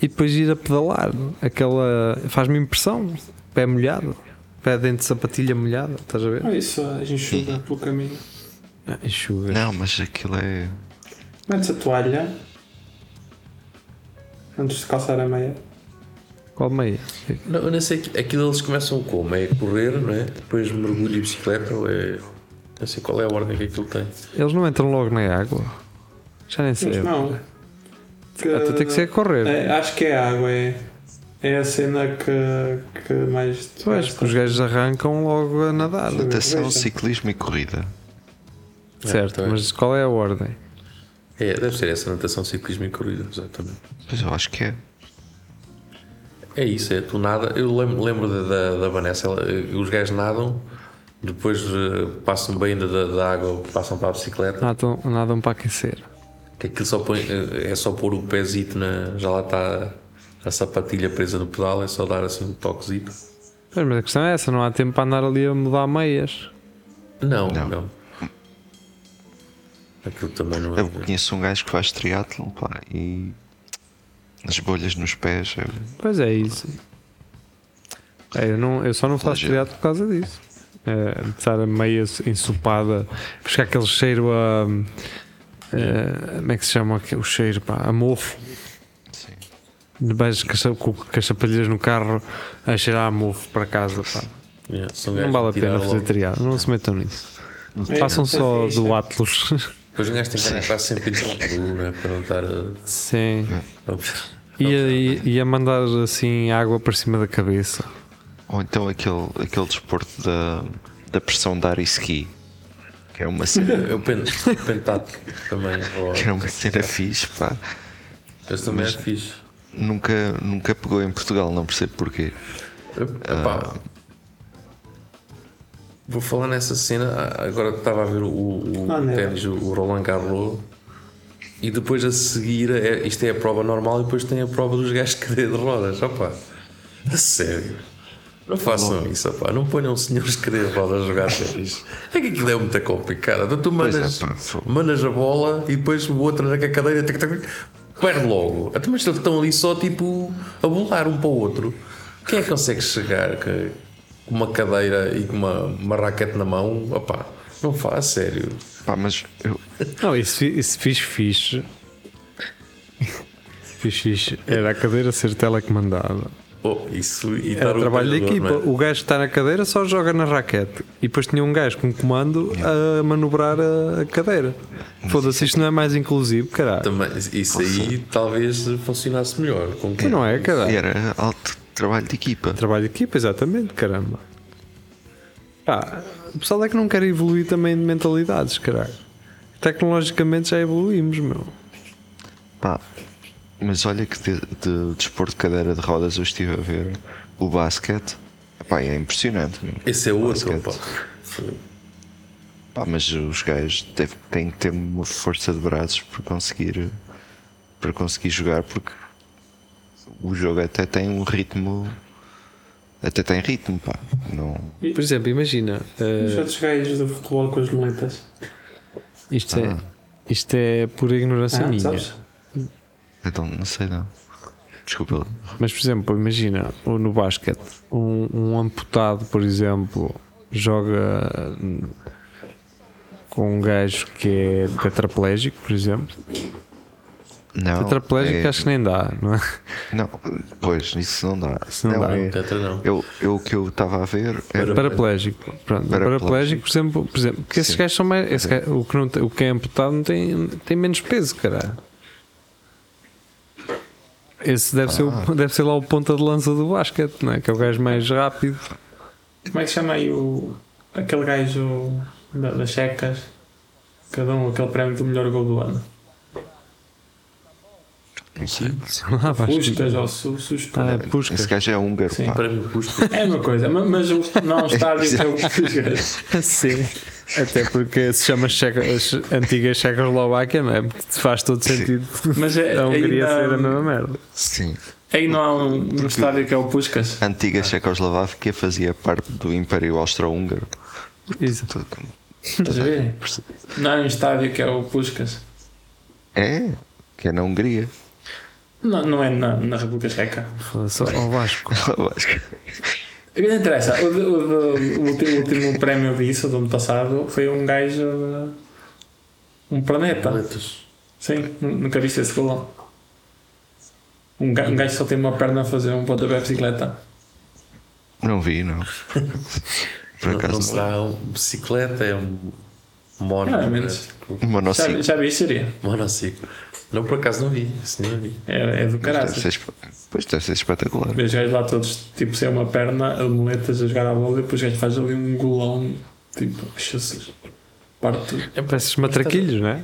e depois ir a pedalar. Aquela faz-me impressão, pé molhado, pé dentro de sapatilha molhada, estás a ver?
ah, isso a gente enxuga pelo caminho.
Ah, enxuga.
Não, mas aquilo é.
Metes a toalha antes de calçar a meia.
Qual meia?
Não, eu não sei, aqui- aquilo eles começam como? É correr, não é? Depois mergulho e bicicleta, ou é. Não sei qual é a ordem que aquilo tem.
Eles não entram logo na água. Já nem sei.
Mas não.
Ah, tu tem que ser a correr.
É, acho que é água, é, é a cena que, que mais. te
Pois,
gasta.
porque os gajos arrancam logo a nadar.
Sim.
Natação,
Veja.
ciclismo e corrida.
Certo,
É,
mas qual é a ordem?
É, deve ser essa natação, ciclismo e corrida, exatamente.
Pois eu acho que é.
É isso, é tu nada. Eu lembro, lembro da, da, da Vanessa, ela- eh, os gajos nadam, depois eh, passam bem da, da- da água, passam para a bicicleta,
Nadam, nadam um para aquecer.
que aquilo só põe, eh, é só pôr o pezito na. já lá está a sapatilha presa no pedal, é só dar assim um toquezito.
Pois, mas a questão é essa, não há tempo para andar ali a mudar meias.
Não,
Não.
não. Aquilo também não é.
Eu conheço um gajo que faz triatlon pá, e as bolhas nos pés. é-
Pois é isso. É, eu, não, eu só não faço
Flagelo.
triato por causa disso. É, de estar a meia ensopada, buscar aquele cheiro a. é, como é que se chama aquele- o cheiro? Pá, a mofo.
Sim.
Vais com as cha- com com as chapalheiras no carro a cheirar a mofo para casa. pá.
Yeah, são
Não
gajos
vale a
que tiraram
pena fazer
logo.
triato, não se metam nisso.
É,
Façam
não sei
só
se é
do
isso.
Atlas.
Depois um gajo tem que andar quase sempre em tudo, né? Para não estar a.
Sim. E a, e- e a mandar assim água para cima da cabeça.
Ou então aquele, aquele desporto da, da pressão de ar e ski, que é uma cena,
Eu pen- pentato também. ó.
que é uma cena fixe. Pá.
Esse também é fixe.
Nunca, nunca pegou em Portugal, não percebo porquê.
Epá, Vou falar nessa cena. ah, Agora que estava a ver o, o
Ah, não é.
ténis, o Roland Garros. E depois a seguir, é- isto é a prova normal. E depois tem a prova dos gajos de cadeira de rodas. Opá, a sério. Não
Tá
façam isso, opá. Não ponham senhores de cadeira de rodas a jogar ténis. É que aquilo é muito complicado. Então tu
Pois é,
mandas,
pá, fogo.
mandas a bola e depois o outro anda com a cadeira. Tac, tac, tac, perde logo. Até mas eles estão ali só tipo a bolar um para o outro. Quem é que consegue chegar que- com uma cadeira e com uma, uma raquete na mão? Opá, não faz, a sério.
Pá, mas eu,
Não, isso, fi- isso fiz fixe. Fiz fixe. Era a cadeira ser telecomandada.
Oh, isso e
Era
estar o
trabalho da
treinador,
equipa.
não é?
O gajo que está na cadeira só joga na raquete. E depois tinha um gajo com comando a manobrar a a cadeira. Foda-se, isto não é mais inclusivo, caralho.
Também, isso aí talvez funcionasse melhor. Com
Mas Não é,
E
caralho.
era alto trabalho de equipa.
Trabalho de equipa, exatamente, caramba. Pá, o pessoal é que não quer evoluir também de mentalidades, caralho. Tecnologicamente já evoluímos, meu.
Pá, mas olha que de, de desporto de cadeira de rodas eu estive a ver o basquete. Pá, é impressionante. meu.
Esse é outro, pá.
Basquete. Pá, mas os gajos deve- têm que ter uma força de braços para conseguir, para conseguir jogar, porque o jogo até tem um ritmo. Até tem ritmo, pá. Não,
Por exemplo, imagina. eh,
Os outros gajos do futebol com as muletas.
isto, é, isto é pura ignorância
Ah,
minha.
sabes?
então, não sei não. Desculpa. Leo.
Mas, por exemplo, imagina ou no basquete, um, um amputado, por exemplo, joga hum, com um gajo que é tetraplégico, por exemplo.
Não,
tetraplégico
é-
acho que nem dá, não é?
Não, pois, isso não dá.
Isso não dá.
é-
Tetra não.
eu, eu, o que eu estava a ver era.
Paraplégico. Pronto,
Paraplégico.
paraplégico, por exemplo, por exemplo porque esses
Sim.
gajos são mais. esse gajo- o, que não tem- o que é amputado não tem, tem menos peso, caralho. Esse deve, ser
Ah.
o- deve ser lá o ponta de lança do basquete, não é? Que é o gajo mais rápido.
Como é que chama aí o. aquele gajo da- das checas? Cada um aquele prémio do melhor gol do ano.
Não sei.
Sei lá, vais-
Puscas ou su, suspe-
Ah, é pusca.
Esse gajo é húngaro,
Sim,
pá.
Para mim, custa.
É uma coisa, ma- mas o, não, o estádio é o Puscas.
Sim. Até porque se chama Checo, a antiga Checoslováquia, não é? Porque faz todo sentido
Mas é,
a Hungria ser a
ainda,
mesma merda.
Sim.
aí não há um, um estádio que é o Puscas.
A antiga Checoslováquia fazia parte do Império Austro-Húngaro.
Isso.
Estás a ver? Não há um estádio que é o Puscas.
É, que é na Hungria.
Não, não é na, na República Checa.
Só ao Vasco.
Eu acho que-
O que não interessa, o, do- o do- o último, o último prémio disso, do ano passado, foi um gajo. uh, Um planeta. Sim, nu- nunca viste esse golão. Um ga- um gajo só tem uma perna a fazer um pontapé de bicicleta.
Não vi, não. Por
Não, não
acaso
será um bicicleta, é um mono.
Ah,
né?
menos.
não.
Já,
Monociclo.
já viste, seria?
Monociclo. Não, por acaso não vi. Isso não é. vi.
É, é do caralho.
Deve ser esp- Pois deve ser espetacular.
Os gajos lá todos, tipo, sem uma perna, a muletas a jogar a bola e depois o gajo faz ali um golão, tipo, chussas. Parte tudo.
Pareces matraquilhos, não é?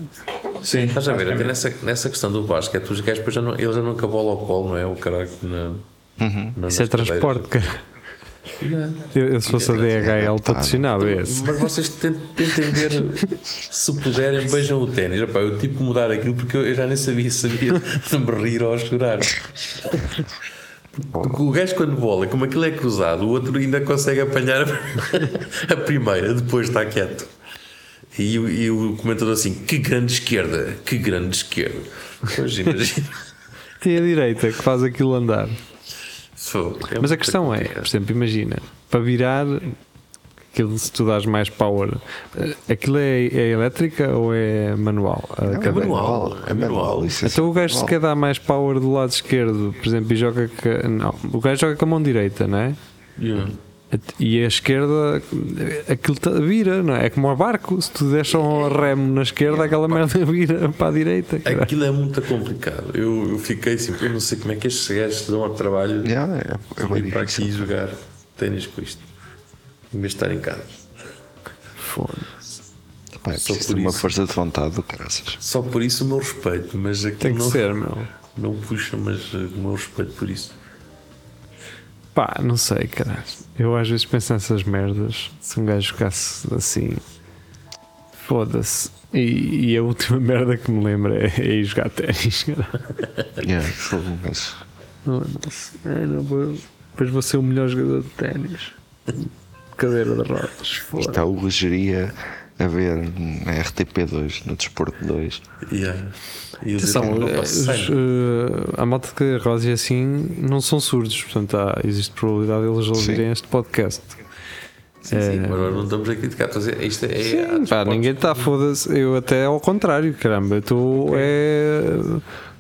Sim.
Estás a ver, até nessa, nessa questão do basquete, os gajos depois já não, eles já não acabam ao colo, não é? O caralho na,
Uhum.
na-
Isso é
nas cadeiras. É.
transporte, cara. Eu, eu se fosse a DHL, patrocinava é esse.
Mas vocês tentem tentem ver, se puderem, vejam o ténis. Epá, Eu tive que mudar aquilo porque eu já nem sabia se sabia de me rir ou chorar. Porque o gajo quando bola, como aquilo é cruzado, o outro ainda consegue apanhar a, a primeira, depois está quieto. E, o- e o comentador assim, que grande esquerda, que grande esquerda. Pois imagina.
Tem a direita que faz aquilo andar.
Sou- um
Mas a questão é, por exemplo, imagina, para virar, aquilo, se tu dás mais power, eh, aquilo é, é elétrica ou é manual? A
É
cadeira?
manual,
manual,
é manual.
isso é
Então o gajo se
manual.
quer dar mais power do lado esquerdo, por exemplo, e joga com. Não, o gajo joga com a mão direita, não é?
Yeah.
E a esquerda, aquilo ta- vira, não é? É como a barco, se tu deixas um remo na esquerda, aquela merda vira para a direita. cara.
Aquilo é muito complicado. Eu, eu fiquei assim, eu não sei como é que estes gajos se dão ao trabalho
Yeah, é, é
de
bem
vir para
difícil.
aqui e jogar ténis com isto. Em vez de estar em casa.
Pá, é
Só
preciso
por
de uma
isso.
força de vontade do caraças.
Só por isso o meu respeito, mas aquilo
Tem que
não,
ser, meu.
não puxa, mas eh, o meu respeito por isso.
Pá, não sei, caralho. Eu às vezes penso nessas merdas. Se um gajo ficasse assim, foda-se. E, e a última merda que me lembro é, é ir jogar ténis, caralho.
É.
Yeah, um fogo, mas-
Não, não sei. Ai, não vou- Depois vou ser o melhor jogador de ténis. Cadeira de rodas. foda.
Está é o Rogeria a ver na RTP2, no Desporto 2.
Yeah. E eles
Atenção,
dizem,
eh,
"Opa,
os,
sai-me."
eh, a malta de cadeira de rodas e assim não são surdos, portanto há, existe probabilidade de eles ouvirem este podcast.
Sim, sim, mas agora não estamos aqui de cá a fazer. Isto é.
eh, Sim,
há
pá,
desportos-
ninguém tá, está foda-se. Eu até ao contrário, caramba. Tu é.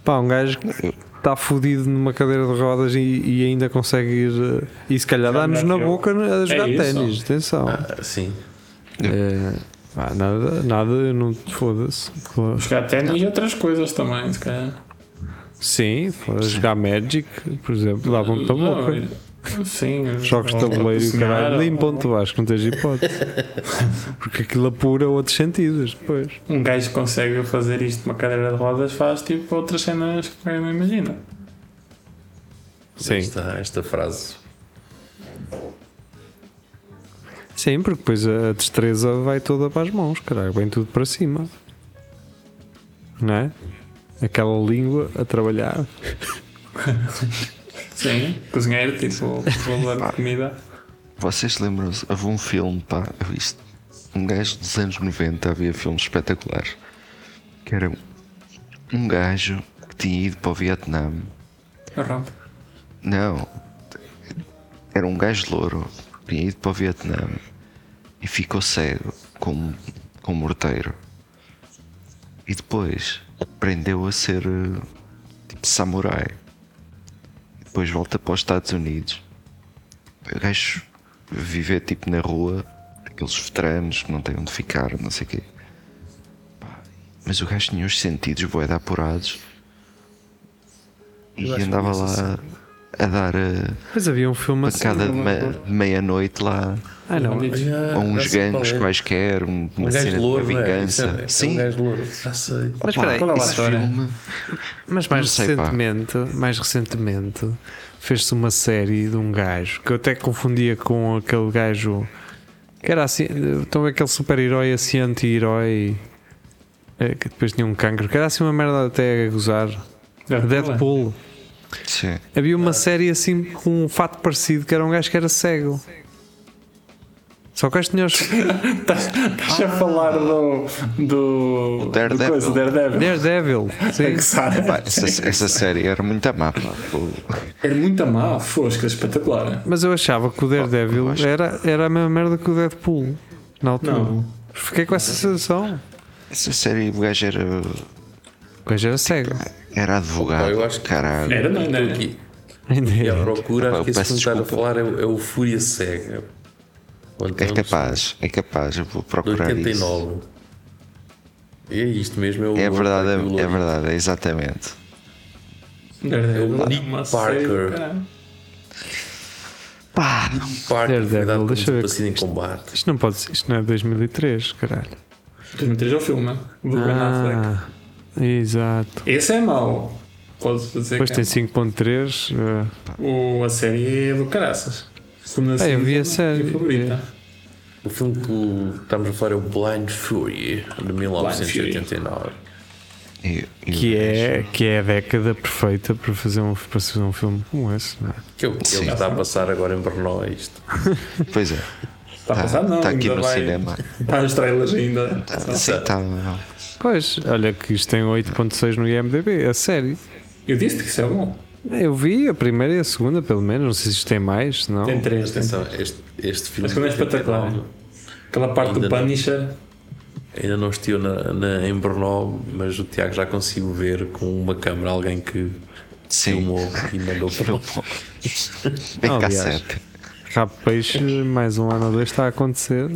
Pá, um gajo que
Eu,
está fodido numa cadeira de rodas e, e ainda consegue ir. eh, E se calhar dá-nos na boca a jogar
isso.
ténis, atenção.
Ah, sim.
É, pá, nada, nada, eu não foda-se. Claro.
Jogar ténis e outras coisas também, se calhar.
Sim, fora jogar Magic, por exemplo, dá ponto da boca.
Não, é, Sim. é,
Jogos de
ou-
tabuleiro e o
cozinhar,
caralho,
ou-
limpam te Vasco, não tens hipótese. Porque aquilo apura outros sentidos depois.
Um gajo que consegue fazer isto numa cadeira de rodas faz tipo outras cenas que eu não imagina.
Sim.
Esta, esta frase.
Sim, porque depois a a destreza vai toda para as mãos, caralho, vem tudo para cima. Não é? Aquela língua a trabalhar.
Sim. Cozinheiro, tipo, valor de comida.
Vocês lembram-se? Havia um filme, pá, eu isto. Um gajo dos anos 90 havia filmes espetaculares. Que era um- um gajo que tinha ido para o Vietnã.
Rompe.
Não. Era um gajo louro que tinha ido para o Vietnã e ficou cego com, com um morteiro. E depois aprendeu a ser eh, tipo samurai. E depois volta para os Estados Unidos. O gajo viver tipo na rua, aqueles veteranos que não têm onde ficar, não sei o quê. Pá, Mas o gajo tinha os sentidos boeda apurados e
Eu acho que
andava
conheço
lá a dar eh, a
Mas havia um filme assim.
pancada de, me- de meia-noite lá
Ah, não.
Ah,
a uns
já sei qual
gangues
é.
quaisquer, um, uma
Um
cena
gajo louro,
de uma
não é?
vingança.
Isso é- é Um
Sim,
gajo louro. Já sei.
Mas
pá,
espera
é
aí,
esse filme.
Mas mais
é Não sei, pá.
recentemente, mais recentemente, fez-se uma série de um gajo que eu até confundia com aquele gajo que era assim, então aquele super-herói assim anti-herói eh, que depois tinha um cancro, que era assim uma merda até a gozar. Deadpool.
Sim.
Havia uma série assim com um fato parecido que era um gajo que era cego. Só que o gajo tinha os
Deixa eu falar do. do. do
Daredevil.
coisa, Daredevil.
Daredevil. Sim.
Sabe?
Pá, essa, essa série era muito má. pá. O-
É
Era muito má, fosca, espetacular.
Mas eu achava que o Daredevil
acho-
era, era a mesma merda que o Deadpool na altura.
Não.
Fiquei com essa sensação.
Essa série o gajo era,
O gajo era cego.
era advogado.
Opa, eu acho que- é,
caralho.
Era
é?
não,
Estou
era.
aqui.
Ainda
E à
é.
procura,
Opa,
acho
eu
que esse
peço
que está a
desculpa.
falar é, o- é o Fúria Cega. Ou
É
então,
capaz, é capaz, eu vou
De
procurar isso.
89. É isto mesmo. É, o
É
louro,
verdade,
o
é
louro.
verdade, é exatamente.
Daredevil. é
O Nick
Uma série,
Parker.
caralho.
Parker,
Daredevil,
verdade,
deixa eu ver
como
com
se em combate.
Isto não pode ser. Isto não é 2003, caralho.
2003 é o filme. Do Ben Affleck.
Ah, exato.
Esse é mau. Posso dizer
Depois
que
tem
é.
5.3. eh,
O, a série é do caraças. Segundo
Ah, eu
série,
vi a
minha
série.
favorita.
O filme que o- estamos a falar é o Blind Fury, de 1989.
E- e o
que,
gajo-
é, que é a década perfeita para fazer um, para fazer um filme como esse, não é?
Que é o que é o que está a passar agora em Brno, isto.
Pois é,
tá
Está a
está
passar? Tá Não,
tá aqui
ainda
no
vai,
cinema.
Está nos trailers ainda.
Sim, tá,
Pois, olha que isto tem 8.6 no IMDB, a série.
Eu disse que isso é bom.
é Eu vi a primeira e a segunda, pelo menos. Não sei se isto tem mais, não.
Tem três, tem
Atenção, este, este filme.
Mas como é
de 89,
espetacular. é? Aquela parte
Ainda
do
não.
Punisher.
Ainda não estive na, na- em Brno, mas o Tiago já consigo ver com uma câmera alguém que
sim,
filmou e mandou para lá.
bem
Aliás.
cassete.
Rabo de Peixe, mais um ano ou dois está a acontecer.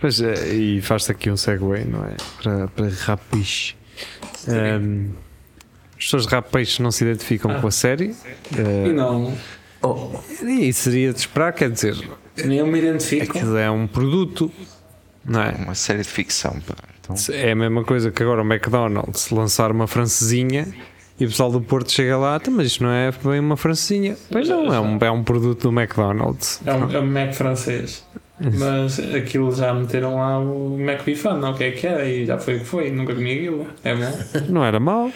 Pois, eh, e faz-te aqui um segue, não é? Para, para Rabo de Peixe. Ahm, as pessoas de Rabo de Peixe não se identificam com a série.
Ah.
É.
E não,
Eh, e seria de esperar, quer dizer,
nem eu me identifico.
aquilo é um produto, não é?
Uma série de ficção, pá. Então,
É a mesma coisa que agora o McDonald's lançar uma francesinha e o pessoal do Porto chega lá, "Tá, mas isto não é bem uma francesinha. Pois não, é um, é um produto do McDonald's.
É um, é um Mac francês. Mas aquilo já meteram lá o Mac Bifan, não o que é que era, e já foi o que foi, nunca comi aquilo. É bom.
Não era mau,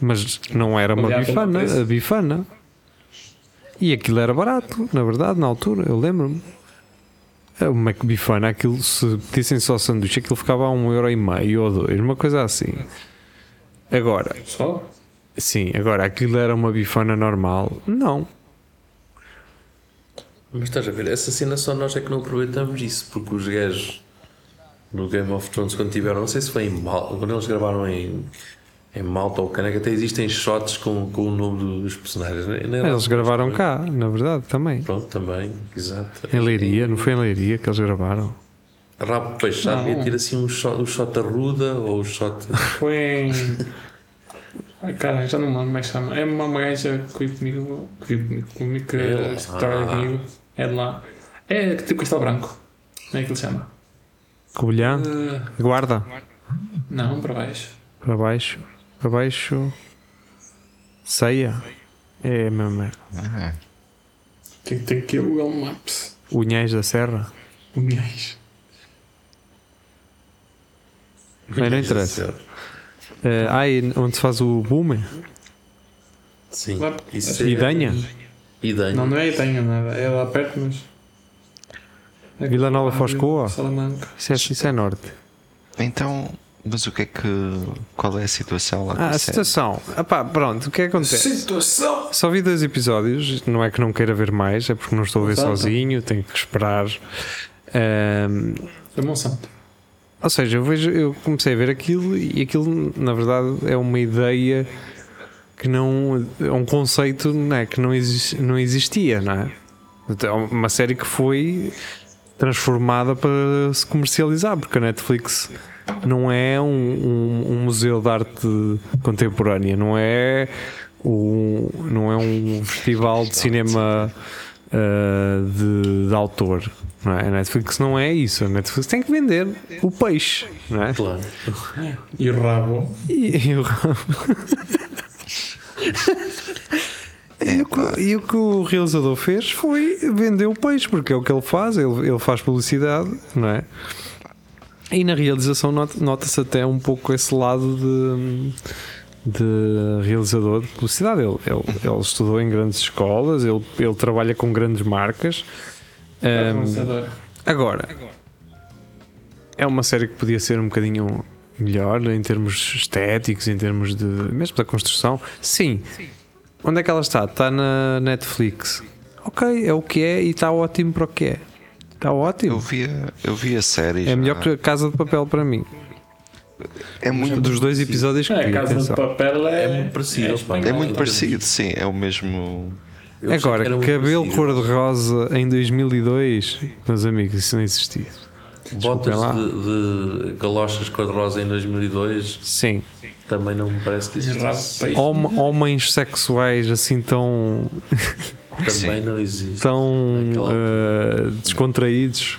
mas não era uma
Olhar pelo
bifana,
preço.
a bifana. E aquilo era barato, na verdade, na altura, eu lembro-me. É Uma bifana, aquilo, se pedissem só sanduíche, aquilo ficava a um euro e meio ou dois, uma coisa assim. Agora,
Só?
sim, agora, aquilo era uma bifana normal? Não.
Mas estás a ver, essa cena só nós é que não aproveitamos isso, porque os gajos no Game of Thrones, quando tiveram, não sei se foi em Mal, quando eles gravaram em É malta ou caneca. Até existem shots com, com o nome do- dos personagens. Não é? Não é
Eles
lá-
gravaram cá, na verdade, também.
Pronto, também. Exato.
Em Leiria, não foi em Leiria que eles gravaram?
Rabo Peixado
Não.
ia ter assim um shot, um shot arruda ou um shot.
Foi em. Ai, Cara, já não me lembro como é que chama. É uma gaja que vive comigo, que vive comigo, comigo que
É lá.
se trabalha comigo. É de lá. É tipo Cristal Branco. Como é que ele se chama?
Cobilhã,
Eh,
guarda,
não, para baixo.
para baixo, para baixo, ceia. É a mesma merda.
Ah,
Tem, tem que ir ao Google Maps.
Unhais da Serra.
Unhais.
Bem, não interessa. Eh, Ah, e onde se faz o boom?
Sim.
Lá-
Isso é-
Idanha?
Idanha.
Não, não é Itanha nada. É lá perto, mas. É
Vila Nova
Vila
Foscoa?
Salamanca.
Isso é, isso é norte.
Então, mas o que é que. Qual é a situação lá? com
Ah, a
a série?
situação. Ah pá, pronto, o que é que acontece?
Situação!
Só vi dois episódios, não é que não queira ver mais, é porque não estou a ver
Exato.
sozinho, tenho que esperar. Ahm,
É Monsanto.
ou seja, eu, vejo, eu comecei a ver aquilo e aquilo, na verdade, é uma ideia que não. é um conceito não é, que não, exis- não existia, não é? Então, É uma série que foi transformada para se comercializar, porque a Netflix não é um, um- um museu de arte contemporânea, não é um, não é um festival de cinema ah, de, de autor. Não é? A Netflix não é isso. A Netflix tem que vender o peixe, não é?
Claro.
E o rabo.
E, e o E o, que, e o que o realizador fez foi vender o peixe, porque é o que ele faz, ele, ele faz publicidade, não é? E na realização not- nota-se até um pouco esse lado de, de realizador de publicidade. Ele, ele- ele estudou em grandes escolas, ele, ele trabalha com grandes marcas.
É
Ahm,
Monsanto.
Agora, é uma série que podia ser um bocadinho melhor né, em termos estéticos, em termos de. mesmo da construção. Sim. Onde é que ela está? Está na Netflix. Ok, é o que é e está ótimo para o que é. Está
Eu
ótimo.
vi a, eu vi a série.
É
já.
melhor que a Casa de Papel para mim.
É muito,
Dos dois episódios que
É,
vi,
Casa de
atenção.
Papel é.
É muito parecido, pá.
espanhol.
é muito parecido, sim. É o mesmo.
Eu achei
Agora,
que era um
cabelo
parecido.
cor-de-rosa em 2002, meus amigos, isso não existia. Desculpem
Botas
lá.
de, de galochas cor-de-rosa em 2002
Sim.
também não me parece que
E o rabo
isso
peixe.
Hom- homens sexuais assim tão
também não existe.
tão
Naquela
eh, descontraídos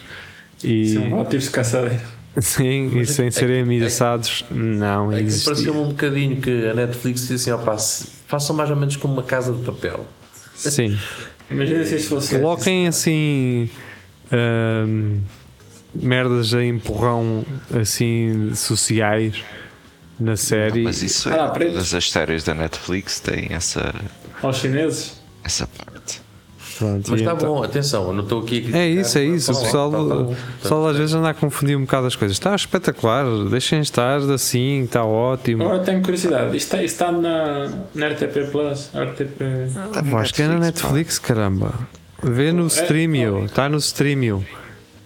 é
Sim,
um
e
motivos de caçadeira.
sim, e sem serem ameaçados, não
É que
existe.
Pareceu-me um bocadinho que a Netflix disse assim: ó, pá, se- façam mais ou menos como uma casa de papel. um-
Sim,
Imagina se isto fosse.
coloquem assim ahm, merdas a empurrão assim sociais na série.
Mas isso é.
Ah, preto.
todas as séries da Netflix têm essa,
aos chineses.
essa parte.
Pronto,
Mas
e
está
então-
bom, atenção, eu não estou aqui a criticar.
É isso, é isso. O
Tá bom,
pessoal,
tá bom.
o pessoal às vezes anda a confundir um bocado as coisas. Está espetacular, deixem estar assim, está ótimo.
Agora tenho curiosidade, isto está, isto está na, na RTP Plus? RTP.
Tá
Pô, acho que é na
pá.
Netflix, caramba. Vê
É,
no Streamio, está no Streamio.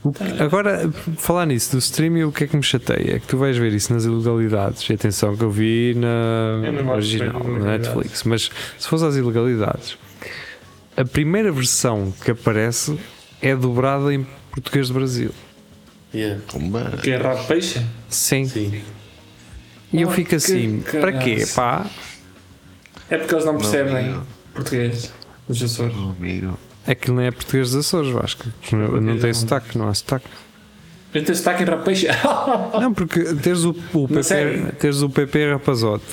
O que- Agora, falar nisso, do Streamio, o que é que me chateia? É que tu vais ver isso nas ilegalidades. E atenção que eu vi
Eu não
na
gosto
original,
de ver
na Netflix. Mas se fosse às ilegalidades, a primeira versão que aparece é dobrada em português do Brasil.
Yeah.
Uma-
Que é rabo de peixe?
Sim.
Sim.
E eu
Oh,
fico
que
assim, para quê?
caraças.
Pá,
É porque eles não percebem
não.
português, os Açores.
um amigo.
aquilo não é português dos Açores, Vasco. Não, não tem
Não.
sotaque, não há sotaque.
Mas tem sotaque em rabo de peixe?
Não, porque teres o, o, PP,
sério?
teres o PP rapazote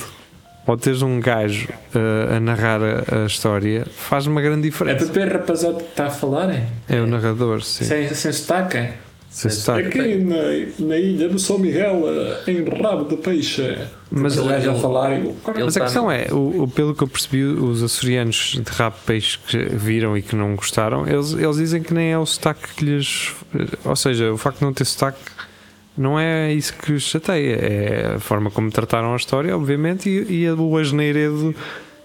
ou teres um gajo eh, a narrar a, a história faz uma grande
é
diferença.
PP rapazote que está a falar, é?
É o narrador, sim. Ah.
Sem, sem sotaque? é?
Sem sotaque.
Aqui na, na ilha do São Miguel, eh, em rabo de peixe.
Mas,
Mas o gajo a
ele-
falar e o
ele
mas a
tá-
questão é, o, o- pelo que eu percebi, os açorianos de rabo de peixe que viram e que não gostaram, eles, eles dizem que nem é o sotaque que lhes. Ou seja, o facto de não ter sotaque não é isso que os chateia. É a forma como trataram a história, obviamente, e, e o asneiredo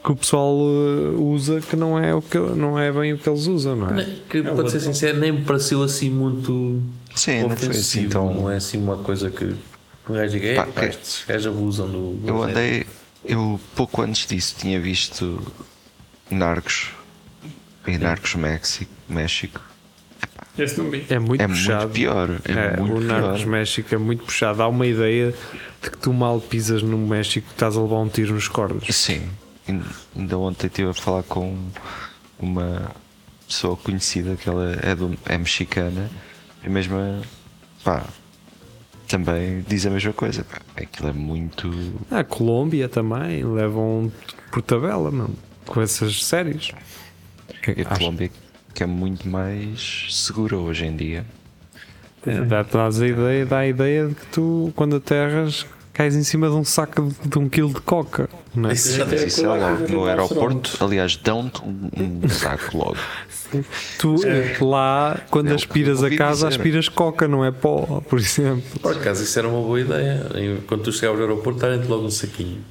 que o pessoal eh, usa que não é, o que, não é bem o que eles usam, não é?
Nem- Né, Que, para ser sincero, nem me pareceu assim muito
Sim, não foi assim.
ofensivo.
Então,
Não é assim uma coisa que o gajo diga: "Ei,
Pá,
pá,
é-
estes gajos abusam do.
eu
do-
andei, Eu pouco antes disso tinha visto Narcos e Narcos México. México.
Esse não vi.
É muito
É
puxado.
muito pior. É,
É,
muito
o
pior.
Narcos México é muito puxado. Há uma ideia de que tu mal pisas no México estás a levar um tiro nos cornos.
Sim. Ain- Ainda ontem estive a falar com uma pessoa conhecida que ela é, do, é mexicana e mesmo a- pá, também diz a mesma coisa. pá. Aquilo é muito.
A Colômbia também levam por tabela, mano, com essas séries.
E a
Acho-
Colômbia que é muito mais segura hoje em dia. tipo,
É, Dá-te dás a ideia, dá a ideia de que tu, quando aterras, cais em cima de um saco de, de um quilo de coca. Não é?
Isso já
Mas
tem-
isso é
cuidado
logo
com
no
os
aeroporto. Aliás, dão-te um um saco logo.
Tu lá, quando
É o que
aspiras
eu
a
ouvi
casa,
dizer.
aspiras coca, não é pó, por exemplo.
Por acaso, isso era uma boa ideia. E Quando tu chegavas ao aeroporto, darem-te logo um saquinho.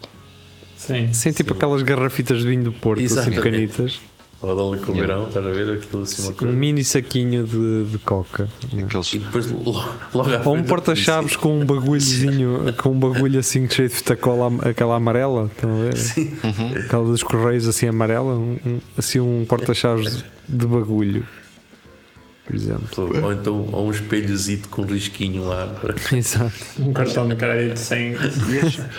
Sim.
Sem tipo aquelas garrafitas de vinho do Porto, assim
Exatamente.
pequenitas.
Ou dão-lhe com o verão, estás a ver? Aquilo assim, uma
Um
coisa.
mini saquinho de, de coca. é?
Aqueles
E depois, logo, logo à
Ou um
frente,
porta-chaves com um bagulhozinho, com um bagulho assim cheio de fita cola, am- aquela amarela, estão a ver?
Uhum.
Aquela dos correios assim amarela, um- um- assim um porta-chaves de- de bagulho, por exemplo.
Ou então ou um espelhozito com um risquinho lá.
Exato.
Um cartão de crédito sem.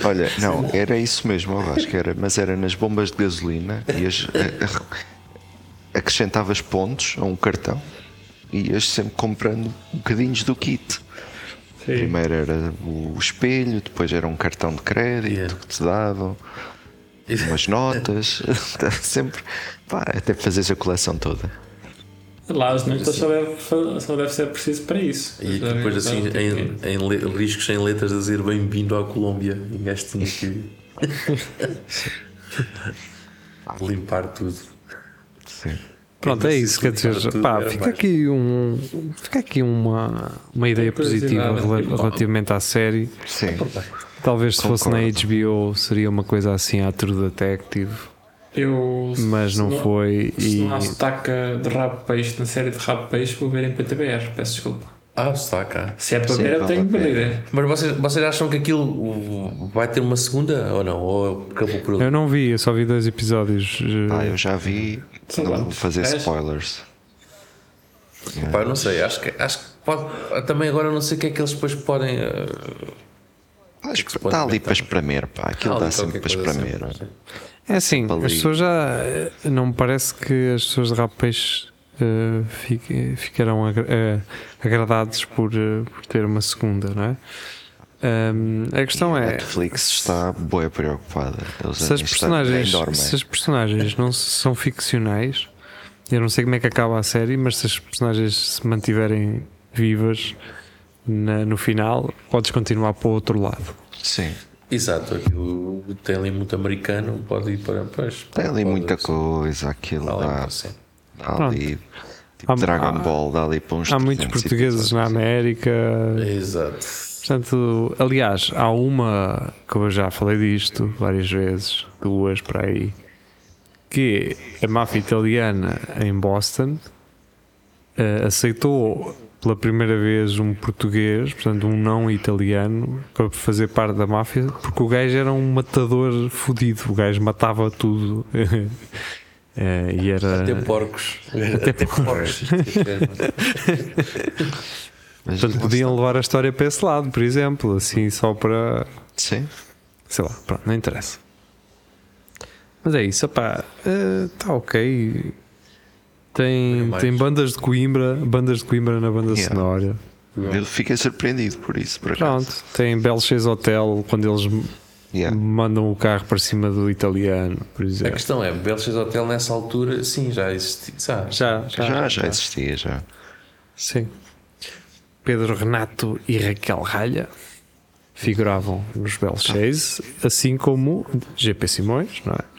Olha, não, era isso mesmo, eu acho que era, mas era nas bombas de gasolina e as, a- a- acrescentavas pontos a um cartão e ias sempre comprando bocadinhos do kit.
Sim.
Primeiro era o espelho, depois era um cartão de crédito
Yeah.
que te davam, umas notas, estava sempre pá, até fazeres a coleção toda.
Lá as notas né? Então só deve, fa- só deve ser preciso para isso.
E
Já
depois
vi,
assim,
já vi.
em, em le- riscos sem letras a dizer bem-vindo à Colômbia. E um gajo tinha que limpar tudo.
Sim.
Pronto, é isso, quer dizer,
Tudo
pá,
era
fica
mais.
aqui, um, fica aqui uma, uma ideia positiva
curiosidade.
rela- relativamente à série.
É
Sim.
Talvez se fosse na
Concordo.
HBO seria uma coisa assim à True Detective,
Eu, se-
mas
se
não foi
Se
e
não há sotaque de rabo peixe na série de rabo peixe, vou ver em PTBR, peço desculpa.
Ah, está cá.
Se é para
Sim,
ver, eu
vale
tenho
a
que
pena.
ver.
Mas vocês, vocês acham que aquilo vai ter uma segunda ou não? Ou acabou por ali?
eu não vi, eu só vi dois episódios. eh,
Ah, eu já vi,
São
não vou
quantos?
fazer
Dez?
spoilers.
Pá, eu não sei, acho que, acho que pode. Também agora eu não sei o que é que eles depois podem. eh,
Acho que
se pode
está ali
inventar.
para espremer,
Tá
pá, aquilo
ali
dá sempre para
qualquer coisa
espremer.
assim.
É assim,
Para ali.
as pessoas já. eh, Não me parece que as pessoas de rabo de peixe eh, fique- ficarão agra eh, agradados por, eh, por ter uma segunda, não é? Ahm, a questão
A é
é:
Netflix está boa preocupada. Eles
se as
ainda
personagens,
estão- dormem.
se as personagens não se- são ficcionais, eu não sei como é que acaba a série, mas se as personagens se mantiverem vivas na- no final, podes continuar para o outro lado.
Sim,
Exato, aquilo tem ali muito americano, pode ir para. Pois,
tem Tá ali
pode-
muita coisa, aquilo
Tá
Está ali
dá,
muita cena.
dá ali. Tipo
Há-
Dragon
há-
Ball, dá ali para uns.
Há muitos
300
portugueses na
episódios.
É,
América,
Exato.
Portanto, aliás, há uma que eu já falei disto várias vezes, duas para aí, que a máfia italiana em Boston eh, aceitou pela primeira vez um português, portanto um não italiano, para fazer parte da máfia, porque o gajo era um matador fodido, o gajo matava tudo. Eh, e era
Até porcos. Até, porcos.
Mas
portanto
lá
podiam levar a história para esse lado, por exemplo, assim só para
está. Sim,
sei lá, pronto, não interessa. Mas é isso, opá, está ok. Tem,
mais.
tem bandas de Coimbra, bandas de Coimbra na banda
Yeah.
sonora.
eu fiquei surpreendido por isso. Por acaso.
Pronto, tem Belches Hotel quando eles m-
Yeah.
mandam o carro para cima do italiano, por
A
exemplo.
questão é, Belchas Hotel nessa altura, sim, já existia. sabe?
Já,
Já, já existia, já.
Sim. Pedro Renato e Raquel Ralha figuravam nos Bells Chase, assim como GP Simões, não é?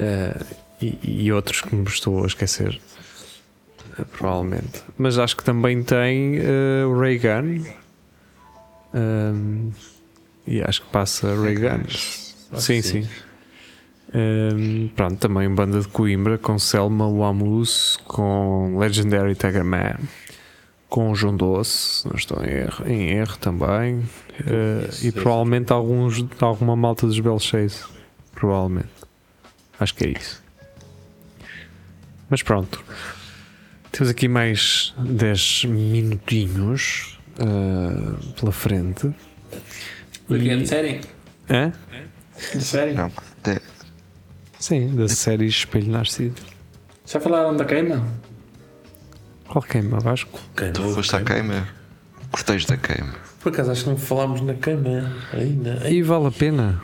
Eh, e, e outros que me estou a esquecer, eh, provavelmente. Mas acho que também tem eh, o Ray Gunn. Ahm, e acho que passa Ray Gunn. Sim, sim. Ahm, pronto, também banda de Coimbra com Selma Wamus, com Legendary Tiger Man, com o João Doce, se não estou em erro, em erro também. eh, e provavelmente alguns, alguma malta dos Belcheios. Provavelmente. Acho que é isso. Mas pronto. Temos aqui mais 10 minutinhos eh, pela frente.
é
Porque de série.
Hã?
De
Ah.
série.
Não. Te-
Sim, da série Espelho Nascido.
Já falaram da queima?
Qual queima, Vasco?
Tu
Então
foste à queima? Cortejo da queima.
Por acaso acho que não falámos na cama ainda.
E vale a pena?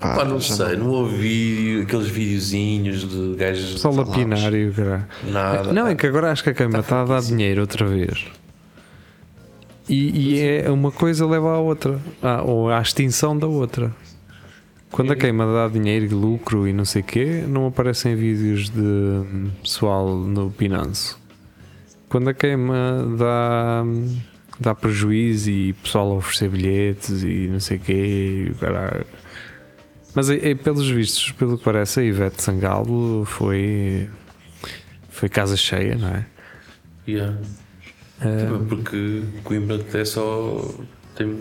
Pá,
Pá, Ah, não
já
sei, não ouvi aqueles videozinhos de gajos.
Só lapinar e o caralho.
Nada.
Não, é que agora acho que a queima está a dar dinheiro outra vez. E, e é uma coisa leva à outra, à- ou à extinção da outra. Quando a queima dá dinheiro e lucro e não sei o quê, não aparecem vídeos de hum, pessoal no Pinanço. Quando a queima dá, hum, dá prejuízo e pessoal a oferecer bilhetes e não sei o quê, e o caralho. Mas é, é, pelos vistos, pelo que parece, a Ivete Sangalo foi, foi casa cheia, não é? Eh,
Yeah. Também Porque Coimbra é só. Tem,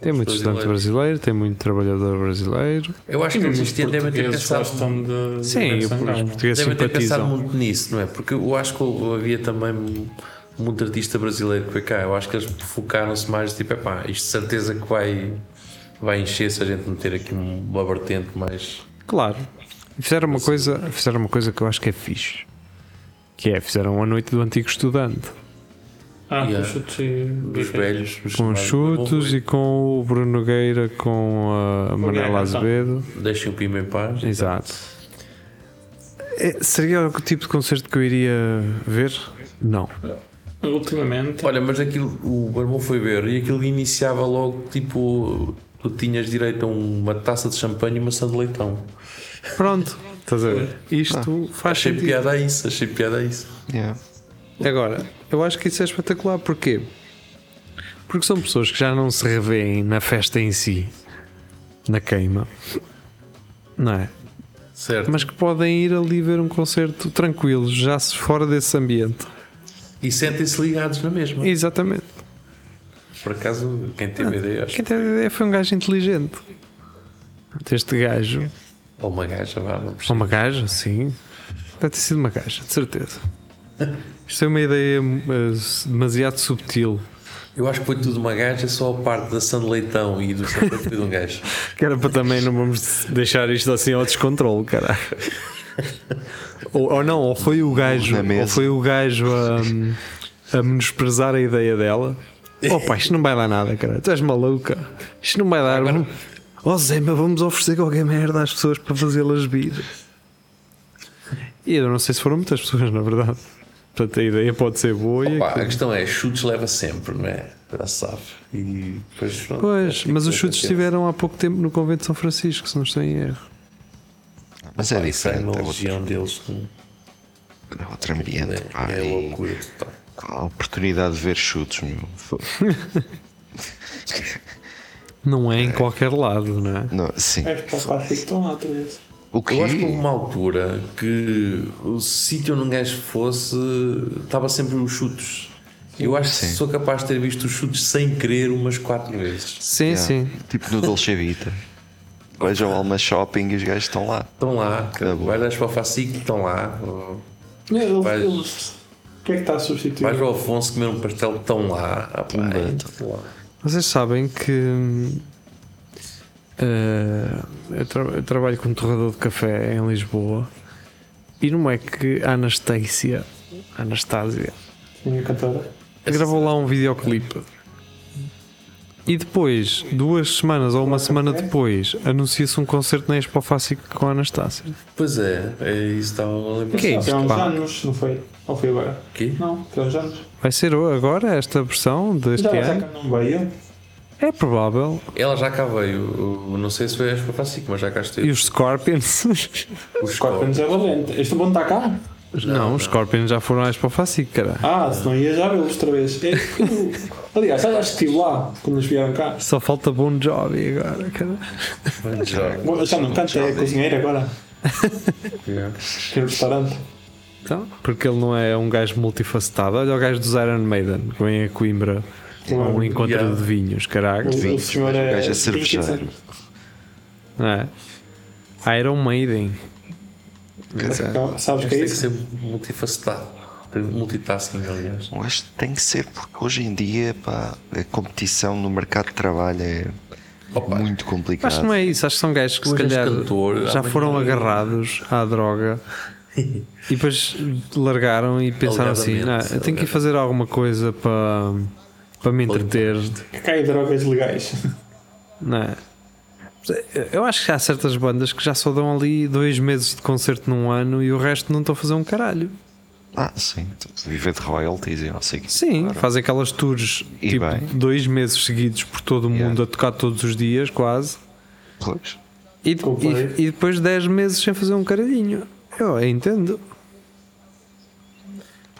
Tem muito estudante
brasileiros.
brasileiro, tem muito trabalhador brasileiro.
Eu acho que eles este ano devem ter pensado.
de.
Sim,
de
os portugueses
Devem ter pensado
simpatizam.
muito nisso, não é? Porque eu acho que havia também muito artista brasileiro que foi cá. Eu acho que eles focaram-se mais tipo, epá, isto de certeza que vai, vai encher se a gente meter aqui um- uma vertente mais.
Claro. Fizeram uma, coisa, fizeram uma coisa que eu acho que é fixe. Que é, fizeram a noite do antigo estudante.
Ah,
Yeah.
com chutes e.
Dos velhos. dos
Com os
mais-
chutos e com o Bruno Nogueira, com a Manela
Guerra, então.
Azevedo.
Deixem o Pima em paz.
Exato. É, seria o tipo de concerto que eu iria ver? Não.
Ultimamente.
Olha, mas aquilo, o Barbão foi ver e aquilo iniciava logo tipo. Tu tinhas direito a uma taça de champanhe e uma maçã de leitão.
Pronto. Estás a ver? Ah. Isto faz
Achei
sentido.
piada a isso, achei piada a isso.
Yeah.
Agora, eu acho que isso é espetacular, porquê? Porque são pessoas que já não se revêem na festa em si, na queima, não é?
Certo.
Mas que podem ir ali ver um concerto tranquilo, já se fora desse ambiente.
E sentem-se ligados na mesma.
Exatamente.
Por acaso, quem teve ideia, acho
Ah, Quem teve a ideia foi um gajo inteligente. Este gajo,
Ou uma gaja, vá, não
ou
precisa.
uma gaja, sim, deve ter sido uma gaja, de certeza. Isto é uma ideia eh, demasiado subtil,
Eu acho que foi tudo uma gaja, só a parte da Sand Leitão e do Santa Cruz de um gajo.
Que era para também não vamos deixar isto assim ao descontrole, cara. Ou, ou não, ou foi o gajo,
Na mesa.
ou foi o gajo a, a menosprezar a ideia dela. Oh pá, isto não vai dar nada, cara. Tu és maluca. Isto não vai dar. Vamos- Oh Zé, mas vamos oferecer qualquer merda às pessoas para fazê-las vir. E eu não sei se foram muitas pessoas, na verdade. Portanto, a ideia pode ser boa e
Opa,
aquilo-
a questão é, chutes leva sempre, não é? Já se sabe. E depois, pronto, é tipo
Pois,
acho que
mas os
foi
chutes
acontecendo.
estiveram há pouco tempo no convento de São Francisco, se não estou em erro.
Mas é
Pá, isso é
diferente,
uma
é outro,
legião deles, não
é outro ambiente. pá,
é? É
e
loucura total.
qual a oportunidade de ver chutes, meu. Fo-
Não é em qualquer lado, não é?
Não, sim.
É porque os pais estão lá, tudo isso.
O que
Eu acho que houve uma altura que o sítio onde um gajo fosse estava sempre os chutes. Eu acho que
Sim.
sou capaz de ter visto os chutes sem querer umas quatro vezes.
Sim, sim.
Tipo no Dolce Vita. Veja o Alma Shopping e os gajos estão lá.
Estão lá,
Tá bom.
vais para o Facico, estão lá.
Mas eles-
Vai-
eles. O que é que está a substituir?
Vais ao Afonso comer um pastel, estão lá. Ah, pá, é, estão lá.
Vocês sabem que hum, eh, eu, tra- eu trabalho como torrador de café em Lisboa e não é que a Anastácia Anastácia
Minha cantora.
gravou lá um videoclipe e depois, duas semanas ou uma semana depois, anuncia-se um concerto na Expo Fácil com a Anastácia.
Pois é, é isso estava a lembrar.
Que é
Há
isto,
uns
pá?
anos, não foi? Ou foi agora?
Quê?
Não, foi há uns anos.
Vai ser agora esta versão deste
Já já
ano?
cá não veio.
É provável.
Ela já cá veio, eu não sei se foi a Expo Facico, mas já cá
E
esteve.
os Scorpions?
Os
Corpens é valente. Este bom está cá?
Não, os Scorpions já foram à Expo Fácil, cara.
Ah, se não ia já vê-los outra vez. É, eu- Aliás, já acho que estive lá quando eles vieram cá.
Só falta Bon Jovi agora, cara.
Corpens.
Bom, Já não canta, é cozinheiro agora. Tem um é restaurante.
Então, porque ele não é um gajo multifacetado. Olha o gajo dos Iron Maiden, que vem a Coimbra a um encontro
yeah.
de vinhos, caralho.
Vinhos,
O, o
mas
senhor
o
é.
gajo é
Dickinson.
cervejeiro.
Não é? Iron Maiden.
Não, sabes o que é
Tem que
isso?
ser multifacetado. Multitasking, aliás.
Eu acho que tem que ser, porque hoje em dia pá, a competição no mercado de trabalho é muito complicada.
Acho que não é isso, acho que são gajos que se
Hoje és
calhar
cantor,
já
amanhã-
foram agarrados à droga e depois largaram e pensaram assim: não,
Alegadamente,
eu tenho que ir fazer alguma coisa para, para me entreter.
Que cai drogas legais.
Não é? Eu acho que há certas bandas que já só dão ali dois meses de concerto num ano e o resto não estão a fazer um caralho.
Ah, sim. Viver de royalties e não sei o que.
Sim, fazem aquelas tours
E
tipo
bem.
dois meses seguidos por todo o mundo
Yeah.
a tocar todos os dias, quase.
Pois.
E,
Concordo.
e- e depois 10 meses sem fazer um caralhinho. Eu entendo.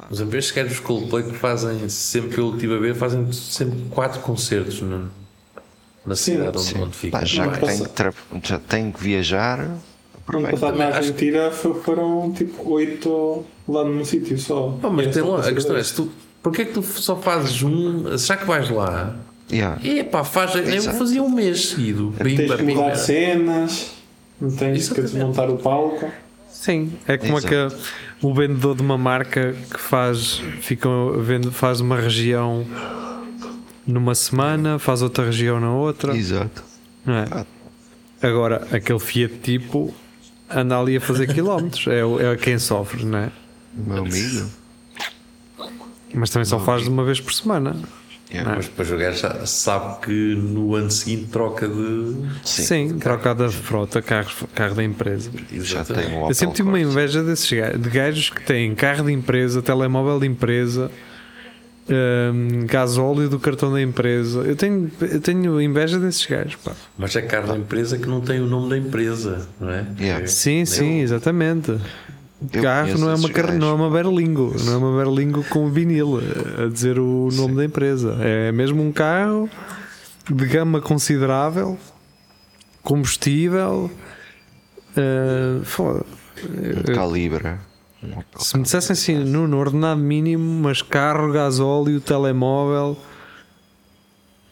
Mas a vez sequer os Coldplay que fazem, sempre que eu estive a ver, fazem sempre quatro concertos na, na cidade onde, onde fica.
Pá, já,
Não
que
passa.
tenho que tra- já tenho que viajar,
Ano
aproveito.
passado na Argentina fo- foram tipo 8 lá num sítio só.
Pá, mas
É
tem
só
lá,
para
a questão é,
saber.
se tu, porquê é que tu só fazes um, já que vais lá,
Yeah.
é pá, faz, eu
Exato.
fazia um mês seguido. Bimba,
Tens É que mudar
primeira.
cenas, não tens que
Exatamente.
desmontar o palco.
Sim, é como
Exato.
aquele, o vendedor de uma marca que faz, fica, vende, faz uma região numa semana, faz outra região na outra.
Exato.
não é?
Ah.
Agora, aquele Fiat tipo anda ali a fazer quilómetros, é, o- é quem sofre, não é?
Meu amigo.
Mas também só faz de uma vez por semana.
Yeah.
Mas depois o gajo já sabe que no ano seguinte troca de.
Sim.
Sim, trocada de frota, carro, carro da empresa.
Já tenho um
Eu sempre tive uma
Corsa.
inveja desses gajos, de gajos que têm carro de empresa, telemóvel de empresa, hum, gasóleo do cartão da empresa. Eu tenho, eu tenho inveja desses gajos. pá.
Mas é caro da empresa que não tem o nome da empresa, não é?
Yeah.
Sim, sim, exatamente.
Eu
carro
conheço
não é, uma,
esses
car- não é
gajos.
uma berlingo, não é uma berlingo com vinil a dizer o nome da empresa. É mesmo um carro de gama considerável, combustível. ah, foda-
Um
Eh,
Calibra. Um Opel.
Se me dissessem assim, Nuno, ordenado mínimo, mas carro, gasóleo, telemóvel,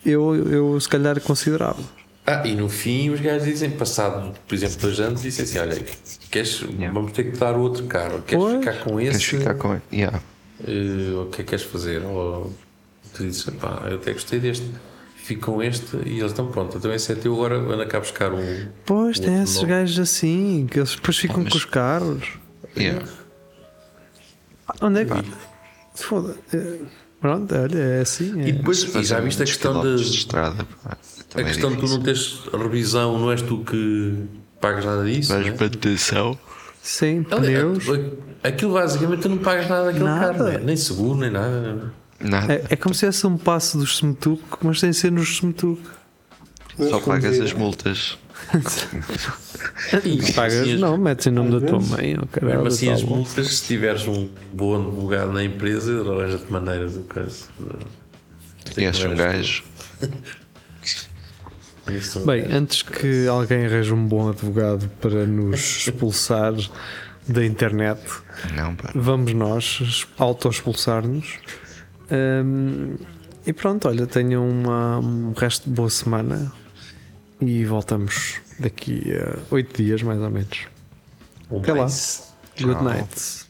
eu, eu se calhar considerava.
Ah, e no fim os gajos dizem, passado, por exemplo, dois anos, dizem assim: olha, queres, vamos ter que dar outro carro, queres
Pois.
ficar com esse?
Queres ficar com ele? Yeah.
Eh, o que é que queres fazer? Ou tu dizes, pá, eu até gostei deste, fico com este e eles estão pronto. Então esse é teu, agora anda cá buscar um.
É.
Pois, tem
Outro
esses
nome.
gajos assim, que eles depois
Ah,
ficam com os carros.
Yeah.
Onde é que. Foda. é, Pronto, olha, é assim.
E
É.
depois, e já viste a questão
de, um de
de,
estrada. pá,
a
também é
questão de tu
difícil.
não teres revisão, não és tu que pagas nada disso?
Mas
não é?
manutenção.
Sem
Aliás,
pneus.
Aquilo basicamente tu não pagas nada daquele
Nada.
carro, não é? nem seguro, nem nada.
Nada.
É, é como se fosse um passo dos Semetuc, mas sem ser nos Semetuc.
Só
Podes
pagas
conduzir.
as multas.
E assim, as-
Pagas, não, metes em nome da tua
vezes.
mãe, oh, caralho,
Mesmo assim,
tá
as
bom.
multas, se tiveres um bom advogado na empresa, arranja-te maneiras do caso.
E achas um gajo.
Isso. é
Bem, antes que alguém arranje um bom advogado para nos expulsar da internet,
Não, pá.
vamos nós auto-expulsar-nos. Hum, e pronto, olha, tenham uma, um resto de boa semana e voltamos daqui a oito dias, mais ou menos.
Um
Até lá.
beijo.
Good night.